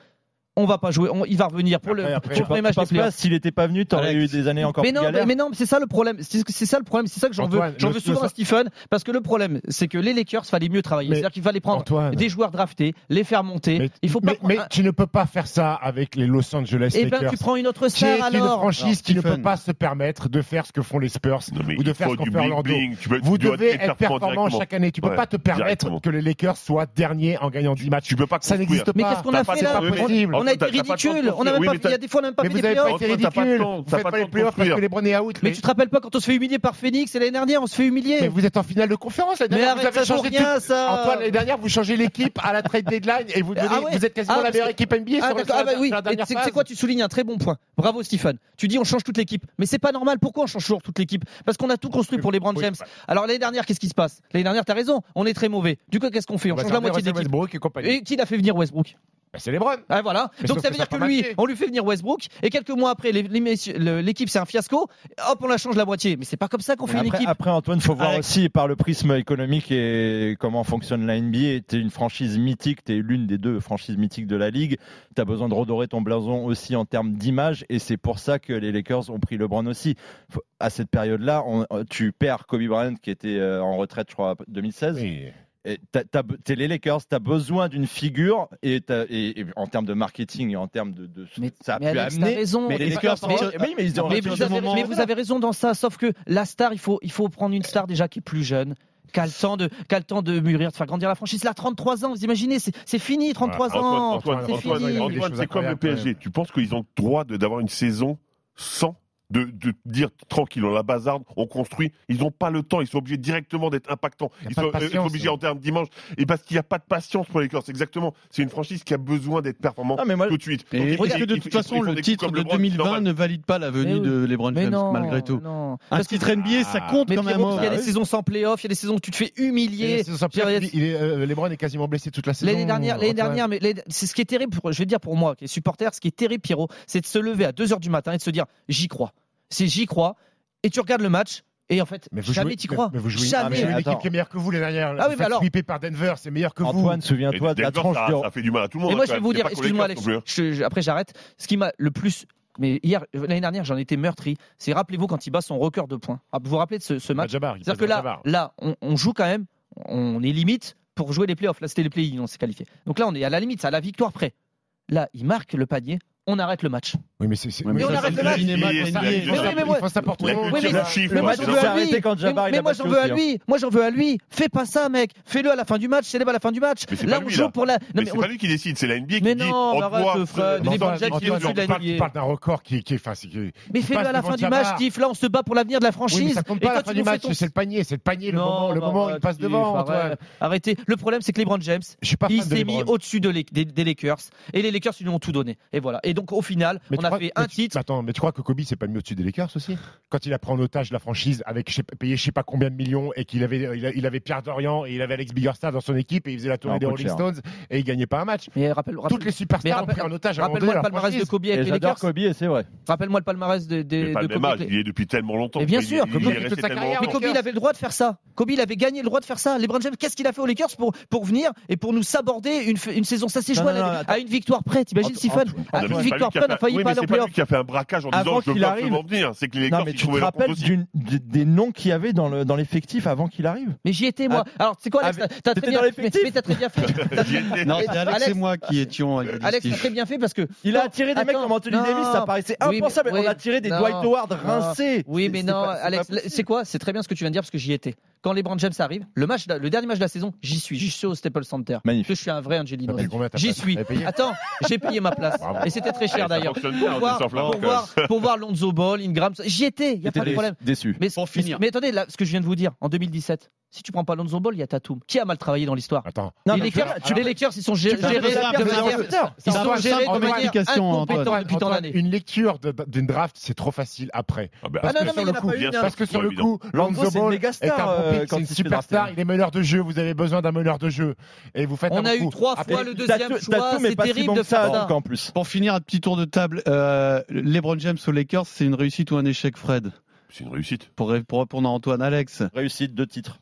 S14: On va pas jouer. On- il va revenir pour le,
S6: Après, après,
S14: pour
S11: Tu
S14: le premier match des
S11: penses pas,
S14: playoffs.
S11: s'il était pas venu, t'aurais eu
S5: Alex.
S11: des années encore
S14: Mais
S11: plus
S14: non,
S11: galères
S14: mais non, c'est ça le problème. C'est c'est ça le problème. C'est ça que j'en veux.
S6: Antoine,
S14: J'en
S6: le-
S14: veux souvent
S6: le-
S14: à Stephen parce que le problème, c'est que les Lakers fallait mieux travailler.
S6: Mais
S14: C'est-à-dire qu'il fallait prendre
S6: Antoine.
S14: des joueurs draftés, les faire monter.
S6: Mais,
S14: il faut pas.
S6: mais- mais tu ne peux pas faire ça avec les Los Angeles
S14: Eh
S6: Lakers.
S14: ben, tu prends une autre
S6: qui est
S14: star
S6: une
S14: alors.
S6: franchise qui ne
S5: Stephen.
S6: peut pas se permettre de faire ce que font les Spurs
S1: Non, mais
S6: ou de
S1: il
S6: faire
S1: faut
S6: ce qu'on
S1: du
S6: fait Orlando.
S1: bling-bling. Tu peux-
S6: Vous
S1: tu dois
S6: devez
S1: être
S6: être performant
S1: directement.
S6: chaque année. Tu ne peux
S1: Ouais,
S6: pas te
S1: directement.
S6: permettre que les Lakers soient derniers en gagnant 10 matchs.
S1: Tu peux pas
S6: Ça
S1: construire.
S6: n'existe pas.
S14: Mais qu'est-ce qu'on a
S6: Oh, T'as
S14: fait
S6: pas-
S14: là
S6: c'est pas possible.
S14: On a été
S1: T'as- t'as pas le temps de
S14: ridicule. On a même
S1: construire.
S14: pas.
S1: Oui, mais
S14: Il y a des fois, on n'a même pas
S6: Mais
S14: fait
S6: vous
S14: les
S6: n'avez pas
S14: playoffs.
S6: été
S1: Antoine, t'as pas de
S6: ridicule.
S1: temps,
S6: Vous
S1: t'as
S6: faites
S1: pas de
S6: pas les
S1: temps de
S6: playoffs parce
S1: construire.
S6: que les Bronnets out.
S14: Mais tu te rappelles pas quand on se fait humilier par Phoenix et l'année dernière, on se fait humilier.
S6: Mais vous êtes en finale de conférence. La
S14: Mais
S6: dernière, vous
S14: arrête,
S6: avez
S14: ça vaut
S6: changé
S14: rien,
S6: tout-
S14: ça.
S6: Antoine, l'année dernière, vous changez l'équipe à la trade deadline et vous, donnez,
S14: Ah ouais.
S6: vous êtes quasiment
S14: Ah,
S6: la
S14: parce
S6: meilleure
S14: que-
S6: équipe NBA
S14: Ah,
S6: sur,
S14: d'accord.
S6: le-
S14: Ah,
S6: sur la,
S14: bah oui.
S6: sur la
S14: Et
S6: dernière
S14: C'est
S6: phase.
S14: c'est quoi Tu soulignes un très bon point. Bravo, Stéphane. Tu dis on change toute l'équipe, mais c'est pas normal. Pourquoi on change toujours toute l'équipe Parce qu'on a tout construit pour les Brand
S6: Oui,
S14: James.
S6: bah.
S14: Alors l'année dernière, qu'est-ce qui se passe L'année dernière, t'as raison. On est très mauvais. Du coup, qu'est-ce qu'on fait On
S6: Bah,
S14: change
S6: c'est
S14: la moitié de
S6: Russell
S14: l'équipe.
S6: Westbrook et compagnie.
S14: Et qui l'a fait venir Westbrook
S6: Bah, C'est les Browns.
S14: Ah voilà.
S6: Mais
S14: Donc
S6: sauf
S14: ça
S6: que
S14: veut
S6: ça
S14: dire que
S6: a pas
S14: lui,
S6: marché.
S14: on lui fait venir Westbrook et quelques mois après, les- les messieurs- le- l'équipe c'est un fiasco. Hop, on la change la moitié. Mais c'est pas comme ça qu'on fait une
S11: Après,
S14: équipe.
S11: après, Antoine, faut voir
S14: Alex.
S11: aussi par le prisme économique et comment fonctionne la NBA. T'es une franchise mythique, t'es l'une des deux franchises mythiques de la ligue. T'as besoin de redorer ton blason aussi en termes d'image, et c'est pour ça que les Lakers ont pris LeBron aussi. Faut- À cette période-là, on- euh, tu perds Kobe Bryant qui était euh, en retraite, je crois, en 2016.
S6: Oui.
S11: Et t'as- t'as be- T'es les Lakers, t'as besoin d'une figure et, t'as- et- et en termes de marketing et en termes de, de- ça a
S14: mais
S11: pu
S14: Alex, t'as
S11: amener.
S14: raison.
S11: mais les
S14: Et-
S11: Lakers,
S14: mais-
S11: mais- oui, mais ils ont-
S14: Mais
S11: à
S14: vous,
S11: partir
S14: avez,
S11: du moment-
S14: mais vous avez raison dans ça, sauf que la star, il faut, il faut prendre une star déjà qui est plus jeune, qui a le temps de, qui a le temps de mûrir, de faire grandir la franchise. Là, 33 ans, vous imaginez, c'est c'est fini, 33
S1: Antoine,
S14: ans.
S1: Antoine,
S14: c'est
S1: Antoine,
S14: fini.
S1: Antoine,
S6: Des choses
S1: c'est comme le
S6: incroyables, quand
S1: PSG.
S6: même.
S1: Tu penses qu'ils ont le droit de- d'avoir une saison sans de, de dire tranquille, on la bazarde, on construit. Ils n'ont pas le temps, ils sont obligés directement d'être impactants.
S6: Y a
S1: Ils
S6: pas
S1: sont
S6: de
S1: euh, être
S6: patience,
S1: obligés
S6: hein.
S1: en termes d'image. Et parce qu'il n'y a pas de patience pour les Corses, exactement. C'est une franchise qui a besoin d'être performante
S11: Ah, mais moi-
S1: tout de suite. Donc,
S5: Et
S1: ils-
S5: est-ce que de
S1: ils-
S5: toute
S1: ils-
S5: façon,
S1: ils font des
S5: le
S1: coups
S5: titre
S1: comme
S5: de
S1: LeBron, c'est
S5: 2020
S1: normal.
S5: ne valide pas la venue
S14: Mais Eh oui.
S5: de LeBron
S14: Mais
S5: James,
S14: non,
S5: malgré tout
S14: non.
S5: Un
S9: Ah,
S14: Parce que- Ah.
S5: titre NBA, ça compte
S14: mais
S5: quand même.
S14: Pierrot, il y a
S5: hein.
S14: des saisons sans playoff, il y a des saisons où tu te fais humilier.
S6: C'est sans pire,
S14: Pierre-
S6: il- il est, euh, LeBron est quasiment blessé toute la saison.
S14: L'année dernière, l'année
S6: Antoine.
S14: dernière, mais l'année- c'est ce qui est terrible. Pour, je vais dire pour moi, qui est supporter, ce qui est terrible, Pierrot, c'est de se lever à 2 heures du matin et de se dire j'y crois. C'est j'y crois. Et tu regardes le match et en fait
S6: Mais vous
S14: jamais
S6: jouez-
S14: tu crois.
S6: mais vous jouez-
S14: jamais.
S6: Vous jouez une
S11: Attends.
S6: équipe qui est meilleure que vous l'année dernière.
S14: Ah oui,
S6: Vous
S14: mais
S6: faites
S14: alors-
S6: sweeper par Denver, c'est meilleur que vous.
S11: Antoine, souviens-toi
S1: Et
S11: de la
S1: Denver,
S11: tranche
S1: ça,
S11: de
S1: ça fait du mal à tout le monde.
S14: Et moi,
S1: hein,
S14: je vais
S1: quand
S14: vous
S1: même.
S14: dire,
S1: C'est pas que les
S14: excuse-moi,
S1: Lakers
S14: Alex,
S1: non plus, hein.
S14: je- je- après j'arrête. Ce qui m'a le plus. Mais hier, euh, l'année dernière, j'en étais meurtri. C'est rappelez-vous quand il bat son record de points. Ah, Vous vous rappelez de ce, ce match
S6: Jabbar, il
S14: C'est-à-dire
S6: passe
S14: que
S6: devant
S14: là,
S6: Jabbar.
S14: là on, on joue quand même, on est limite pour jouer les playoffs. Là, c'était les play-ins, on s'est qualifié. Donc là, on est à la limite, c'est à la victoire près. Là, il marque le panier, on arrête le match.
S6: Oui, mais c'est. c'est-
S5: Ouais,
S14: Mais on
S6: ça,
S14: arrête
S6: c'est
S14: le match.
S5: cinéma
S1: Il est-
S5: NBA.
S1: il est-
S6: Il faut
S14: mais-
S6: ça-
S14: mais moi-
S6: il faut ça pour tout
S1: La
S6: le monde.
S1: culture
S14: Oui, mais-
S1: du chiffre,
S14: mais moi,
S1: ouais,
S14: j'en
S1: c'est
S14: veux à
S1: ça.
S11: arrêté
S14: lui.
S11: quand
S14: Mais-
S11: Jabbar, il
S14: mais
S11: a
S14: moi,
S11: battu
S14: j'en veux à
S11: aussi, hein.
S14: lui. Moi, j'en veux à lui. Fais pas ça, mec. Fais-le à la fin du match. Célèbre à la fin du match.
S1: Mais c'est
S14: Là,
S1: pas
S14: on
S1: lui,
S14: joue
S1: là.
S14: pour la. Non,
S1: Mais
S14: mais
S1: c'est
S14: on-
S1: pas lui qui décide, c'est la NBA qui
S14: Mais
S1: dit.
S14: non, mais
S1: on
S14: arrête,
S1: doit-
S14: Fred,
S1: Non,
S14: les
S1: non,
S14: James, il est
S1: Antoine,
S14: au-dessus de la
S1: Antoine,
S6: parle-
S14: NBA.
S6: parle d'un record qui qui est. enfin, c'est- qui-
S14: mais
S6: qui
S14: fais-le
S6: passe
S14: à la
S6: devant
S14: fin du
S6: Jabbar.
S14: match, Tiff. Là, on se bat pour l'avenir de la
S6: Oui, mais
S14: franchise.
S6: ça compte
S14: Et
S6: pas à
S14: toi,
S6: la
S14: tu
S6: fin
S14: nous
S6: du
S14: fais
S6: match.
S14: ton-
S6: C'est le panier, c'est le panier, le
S14: Non,
S6: moment, le
S14: bah,
S6: moment,
S14: bah,
S6: il passe
S14: Steve,
S6: devant. Antoine.
S14: arrête. Arrêtez. Le problème, c'est que LeBron James,
S6: Je suis pas
S14: il
S6: fan de
S14: s'est mis
S6: LeBron.
S14: au-dessus de les- des, des Lakers. Et les Lakers, ils lui ont tout donné. Et voilà. Et donc au final,
S6: Mais
S14: on
S6: tu
S14: a
S6: crois-
S14: fait
S6: mais
S14: un
S6: tu-
S14: titre.
S6: mais Attends, mais tu crois que Kobe s'est pas mis au-dessus des Lakers aussi Quand il a pris en otage la franchise avec je sais pas- payé je sais pas combien de millions et qu'il avait il, a- il avait Pierre Dorian et il avait Alex Biggerstaff dans son équipe et il faisait la tournée
S11: Non,
S6: des
S11: coûte
S6: Rolling
S11: cher.
S6: Stones et il gagnait pas un match.
S14: Mais rappelle- rappelle-
S6: Toutes les
S14: mais
S6: superstars ont
S14: rappelle-
S6: pris en otage. à un moment
S14: Rappelle-moi le
S6: donné la
S14: palmarès de
S6: franchise.
S14: Kobe
S11: Et
S14: avec les
S11: j'adore
S14: Lakers.
S11: Kobe, et c'est vrai.
S14: Rappelle-moi le palmarès de, de-
S1: Mais pas
S14: de
S1: le
S14: Kobe.
S1: même âge,
S14: avec les-
S1: il est depuis tellement longtemps.
S14: Mais bien
S1: Il-
S14: sûr,
S1: il,
S14: Kobe
S1: est
S14: a fait
S1: resté
S6: toute sa
S1: tellement
S6: carrière,
S1: longtemps.
S14: Mais Kobe, il avait le droit de faire ça. Kobe, il avait gagné le droit de faire ça. LeBron James, qu'est-ce qu'il a fait aux Lakers pour, pour venir et pour nous saborder une, f- une saison Ça s'est
S11: Non,
S14: joué à,
S11: non,
S14: la-
S11: non, attends.
S14: à une victoire près. T'imagines,
S11: Anto-
S14: Stéphane
S11: Antoine,
S14: À
S1: Non, mais
S14: une
S1: c'est pas lui
S14: victoire
S1: qui
S14: près,
S1: a
S14: on
S1: fait
S14: n'a
S1: un-
S14: failli
S1: oui,
S14: pas
S1: mais
S14: aller en
S1: c'est pas lui
S14: playoff.
S1: qui a fait un braquage en
S11: Avant
S1: disant je
S11: qu'il
S1: veux pas
S11: arrive.
S1: absolument venir. C'est que les
S11: Non,
S1: Lakers,
S11: mais
S1: ils
S11: tu te
S1: trouvaient leur compte
S11: rappelles
S1: aussi.
S11: d'une- d- des noms qu'il y avait dans le- dans l'effectif avant qu'il arrive
S14: Mais j'y étais, moi. Alors, c'est quoi, Alex
S11: Ah, mais
S14: T'as
S11: t'étais
S14: très bien
S11: dans
S14: mais-
S11: l'effectif
S14: mais t'as très bien fait.
S1: J'y étais.
S5: Non,
S14: Mais-
S5: c'est Alex,
S14: Alex-
S5: et moi qui étions avec
S14: Alex, t'as
S5: Steve.
S14: très bien fait parce que.
S11: Il a
S14: Non,
S11: attiré des mecs
S14: attends,
S11: comme Anthony
S14: non,
S11: Davis, ça paraissait
S14: oui, mais-
S11: impensable.
S14: oui,
S11: On a attiré des
S14: non,
S11: Dwight Howard
S14: non.
S11: rincés.
S14: Oui,
S11: C'est-
S14: mais
S11: c'est
S14: non,
S11: pas- c'est pas
S14: Alex,
S11: possible.
S14: c'est quoi C'est très bien ce que tu viens de dire parce que j'y étais. Quand les Brand James arrivent, le, match, le dernier match de la saison, j'y suis. J'y suis au Staples Center.
S11: Magnifique.
S14: Je suis un vrai Angelino.
S6: T'as payé combien, ta
S14: J'y
S6: place
S14: suis.
S6: T'as payé
S14: Attends, j'ai payé ma place.
S6: Bravo.
S14: Et c'était très
S1: Eh,
S14: cher
S1: ça
S14: d'ailleurs.
S1: fonctionne bien,
S14: Pour
S1: on
S14: voir,
S1: descend
S14: pour,
S1: Flamengo.
S14: voir, pour voir Lonzo Ball, Ingram. J'y étais, il n'y a pas de
S11: J'étais
S14: problème.
S11: Déçu.
S14: Mais,
S5: Pour
S14: mais-
S5: finir.
S14: mais attendez, là, ce que je viens de vous dire, en 2017, si tu prends pas Lonzo Ball, il y a Tatum. Qui a mal travaillé dans l'histoire
S6: Attends.
S11: Non,
S14: les,
S11: mais
S14: Lakers,
S11: tu-
S14: les Lakers, ils sont gé-
S11: peux
S14: gérés
S11: te faire
S14: de
S11: plaisir.
S14: manière, ils sont
S5: Antoine,
S14: gérés de
S5: Antoine,
S14: manière
S5: explication, Antoine.
S14: incompétente depuis tant
S6: Antoine,
S14: d'années.
S6: une lecture de- d'une draft, c'est trop facile après.
S1: Ah, bah,
S14: Ah non, non, mais
S6: sur
S14: il
S6: le
S14: en a
S6: coup-
S14: pas eu.
S6: Parce que sur le
S1: évident.
S6: coup, Lonzo
S11: c'est une
S6: Ball
S11: méga
S6: est un
S11: star,
S6: bon
S11: euh,
S6: pick,
S11: quand
S6: c'est
S11: il
S6: une
S11: se fait
S6: superstar, il
S11: drafter.
S6: est meneur de jeu, vous avez besoin d'un meneur de jeu. Et vous faites un
S14: On a
S6: bon
S14: eu
S6: coup.
S14: trois
S6: Après,
S14: fois le deuxième
S11: Tatum-
S14: choix,
S11: Tatum est
S14: c'est
S11: pas si
S14: terrible
S11: bon
S14: de
S11: que ça,
S14: faire ça.
S11: donc, en plus.
S5: Pour finir, un petit tour de table. Euh, LeBron James aux Lakers, c'est une réussite ou un échec, Fred
S1: C'est une réussite.
S5: pour, ré- pour répondre à Antoine, Alex.
S11: Réussite de titre.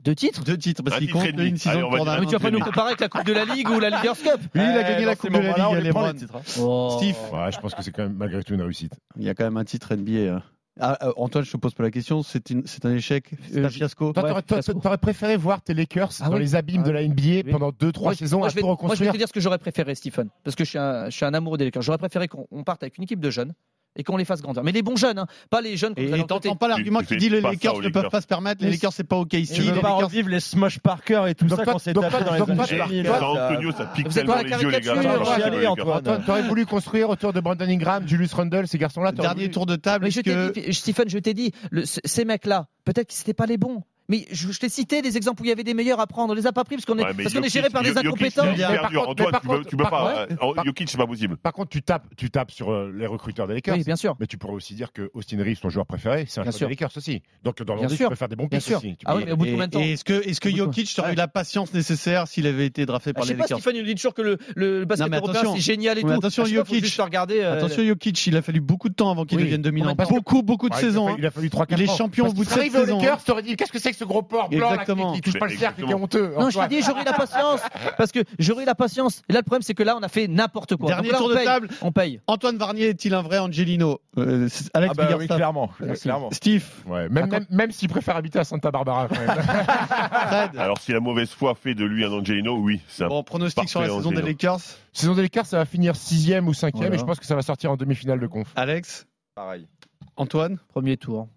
S14: Deux titres
S5: Deux titres, parce
S1: Un
S5: qu'il
S1: titre
S5: compte
S1: et demi.
S5: une saison
S1: Allez, on va
S5: pour
S1: dire
S5: un
S1: un
S14: Mais Ah tu vas pas nous comparer avec la Coupe de la Ligue ou la Leaders Cup
S5: Lui, il a
S11: Eh,
S5: gagné
S11: dans
S5: la
S11: ces
S5: Coupe de la Ligue,
S11: moments-là, on
S5: à
S11: les prend,
S5: LeBron.
S11: les titres, hein.
S5: Steve,
S6: Ouais, je pense que c'est quand même malgré tout une réussite.
S5: il y a quand même un titre NBA. hein. Ah, euh, Antoine, je te pose pas la question, c'est une- c'est un échec, c'est un fiasco.
S6: Toi,
S14: Ouais,
S6: t'aurais-
S14: parce
S6: toi,
S14: que-
S6: t'aurais préféré voir tes Lakers
S14: Ah
S6: dans
S14: oui.
S6: les abîmes de la NBA
S14: Oui.
S6: pendant 2-3 saisons
S14: moi,
S6: à
S14: je vais,
S6: tout
S14: moi, je vais
S6: reconstruire.
S14: te dire ce que j'aurais préféré, Stephen, parce que je suis un, je suis un amoureux des Lakers. J'aurais préféré qu'on on parte avec une équipe de jeunes et qu'on les fasse grandir. Mais les bons jeunes, hein, pas les jeunes qu'on
S5: Et
S14: a
S5: et t'entends pas l'argument
S1: Tu- tu
S5: qui
S1: fais
S5: dit les
S1: pas ça
S5: Lakers
S1: aux
S5: ne peuvent
S1: Lakers.
S5: pas se permettre, les Lakers c'est pas OK ici.
S11: Tu
S5: les
S11: veux pas
S5: Lakers,
S11: revivre les Smosh Parker et tout
S6: Donc
S11: ça
S6: toi-
S11: qu'on s'est
S6: donc
S11: tapé
S6: toi-
S11: dans
S6: donc
S11: les
S6: toi-
S11: années
S1: J'ai
S6: Antoine,
S11: 2000.
S1: Antonio, Antonio, ça pique
S14: Vous êtes
S1: tellement
S14: dans
S1: les
S14: la
S1: yeux, les gars. Ah,
S14: caricature,
S1: Ça va
S11: ouais.
S1: chialer,
S11: Allez,
S1: Antoine.
S11: Antoine.
S6: Antoine, t'aurais voulu construire autour de Brandon Ingram, Julius Randle, ces garçons-là. t'aurais
S5: Dernier
S6: voulu-
S5: tour de table,
S14: Mais je
S5: est-ce que...
S14: t'ai dit, Stephen, je t'ai dit, le- ce- ces mecs-là, peut-être que c'était pas les bons. Mais je, je t'ai cité des exemples où il y avait des meilleurs à prendre. On les a pas pris parce qu'on est,
S1: Ouais, mais
S14: parce qu'on est
S1: Jokic-
S14: géré par des
S1: Jokic,
S14: incompétents.
S1: c'est hyper
S6: hein. Mais par
S1: dur.
S6: contre-
S1: Antoine,
S6: mais par
S1: tu peux-
S6: contre-
S1: tu peux
S6: par-
S1: pas.
S6: ouais.
S1: euh,
S6: Par-
S1: Jokic, c'est pas possible.
S6: Par contre, tu tapes, tu tapes sur euh, les recruteurs des Lakers.
S14: Oui, bien sûr.
S6: Mais tu pourrais aussi dire que Austin Reeves, ton joueur préféré, c'est un
S14: Bien
S6: joueur des
S14: sûr.
S6: Lakers aussi. Donc dans
S14: Bien
S6: l'ordre, tu
S14: sûr.
S6: peux faire des bons
S14: Bien
S6: picks
S14: sûr.
S6: aussi. Tu
S14: Ah
S6: peux-
S14: oui, mais au bout de combien de temps
S5: Et est-ce que, est-ce que
S14: Au bout de
S5: Jokic aurait eu la patience nécessaire s'il avait été drafté
S14: Ah,
S5: par
S14: je
S5: les
S14: sais pas,
S5: Lakers
S14: Stéphane, il nous dit toujours que le, le basket
S5: mais
S14: européen
S5: attention.
S14: c'est génial et
S5: Mais
S14: tout.
S5: attention,
S14: À chaque fois, faut
S5: Jokic.
S14: juste regarder. euh,
S5: Attention Jokic, il a fallu beaucoup de temps avant qu'il
S6: Oui.
S5: devienne
S6: Ouais,
S5: dominant.
S6: parce que-
S5: Beaucoup, beaucoup de
S6: Ouais,
S5: saisons.
S6: Il a fallu, il a fallu trois,
S5: Il
S6: quatre
S5: est
S6: ans.
S5: champion au
S6: Parce
S5: bout
S6: qu'il
S5: de cette
S6: arrive aux
S5: saison,
S6: Lakers,
S5: hein.
S6: t'aurais dit qu'est-ce que c'est que ce gros porc blanc là, qui,
S5: Exactement.
S6: qui touche
S1: Mais
S6: pas le cercle, qui est
S1: exactement.
S6: honteux.
S14: Non, je t'ai
S6: Antoine.
S14: dit, j'aurais eu la patience. Parce que j'aurais eu la patience. Et là, le problème, c'est que là, on a fait n'importe quoi.
S5: Dernier
S14: Donc là,
S5: tour
S14: on
S5: de
S14: paye.
S5: table.
S14: On paye.
S5: hein. Antoine Varnier est-il un vrai Angelino Euh, c'est- Alex
S11: Ah bah oui,
S5: Biggerstaff.
S11: clairement. clairement.
S5: Steve,
S6: Ouais, même, même, même s'il préfère habiter à Santa Barbara quand même.
S11: Ah,
S6: Ah.
S5: Fred.
S1: Alors, si la mauvaise foi fait de lui un Angelino, oui, c'est un
S5: Bon, pronostic sur la
S1: Parfait,
S5: saison des
S1: Angelino.
S5: Lakers.
S6: Saison des Lakers, ça va finir sixième ou cinquième,
S5: Voilà.
S6: et je pense que ça va sortir en demi-finale de conf.
S5: Alex,
S11: Pareil.
S5: Antoine,
S14: Premier tour.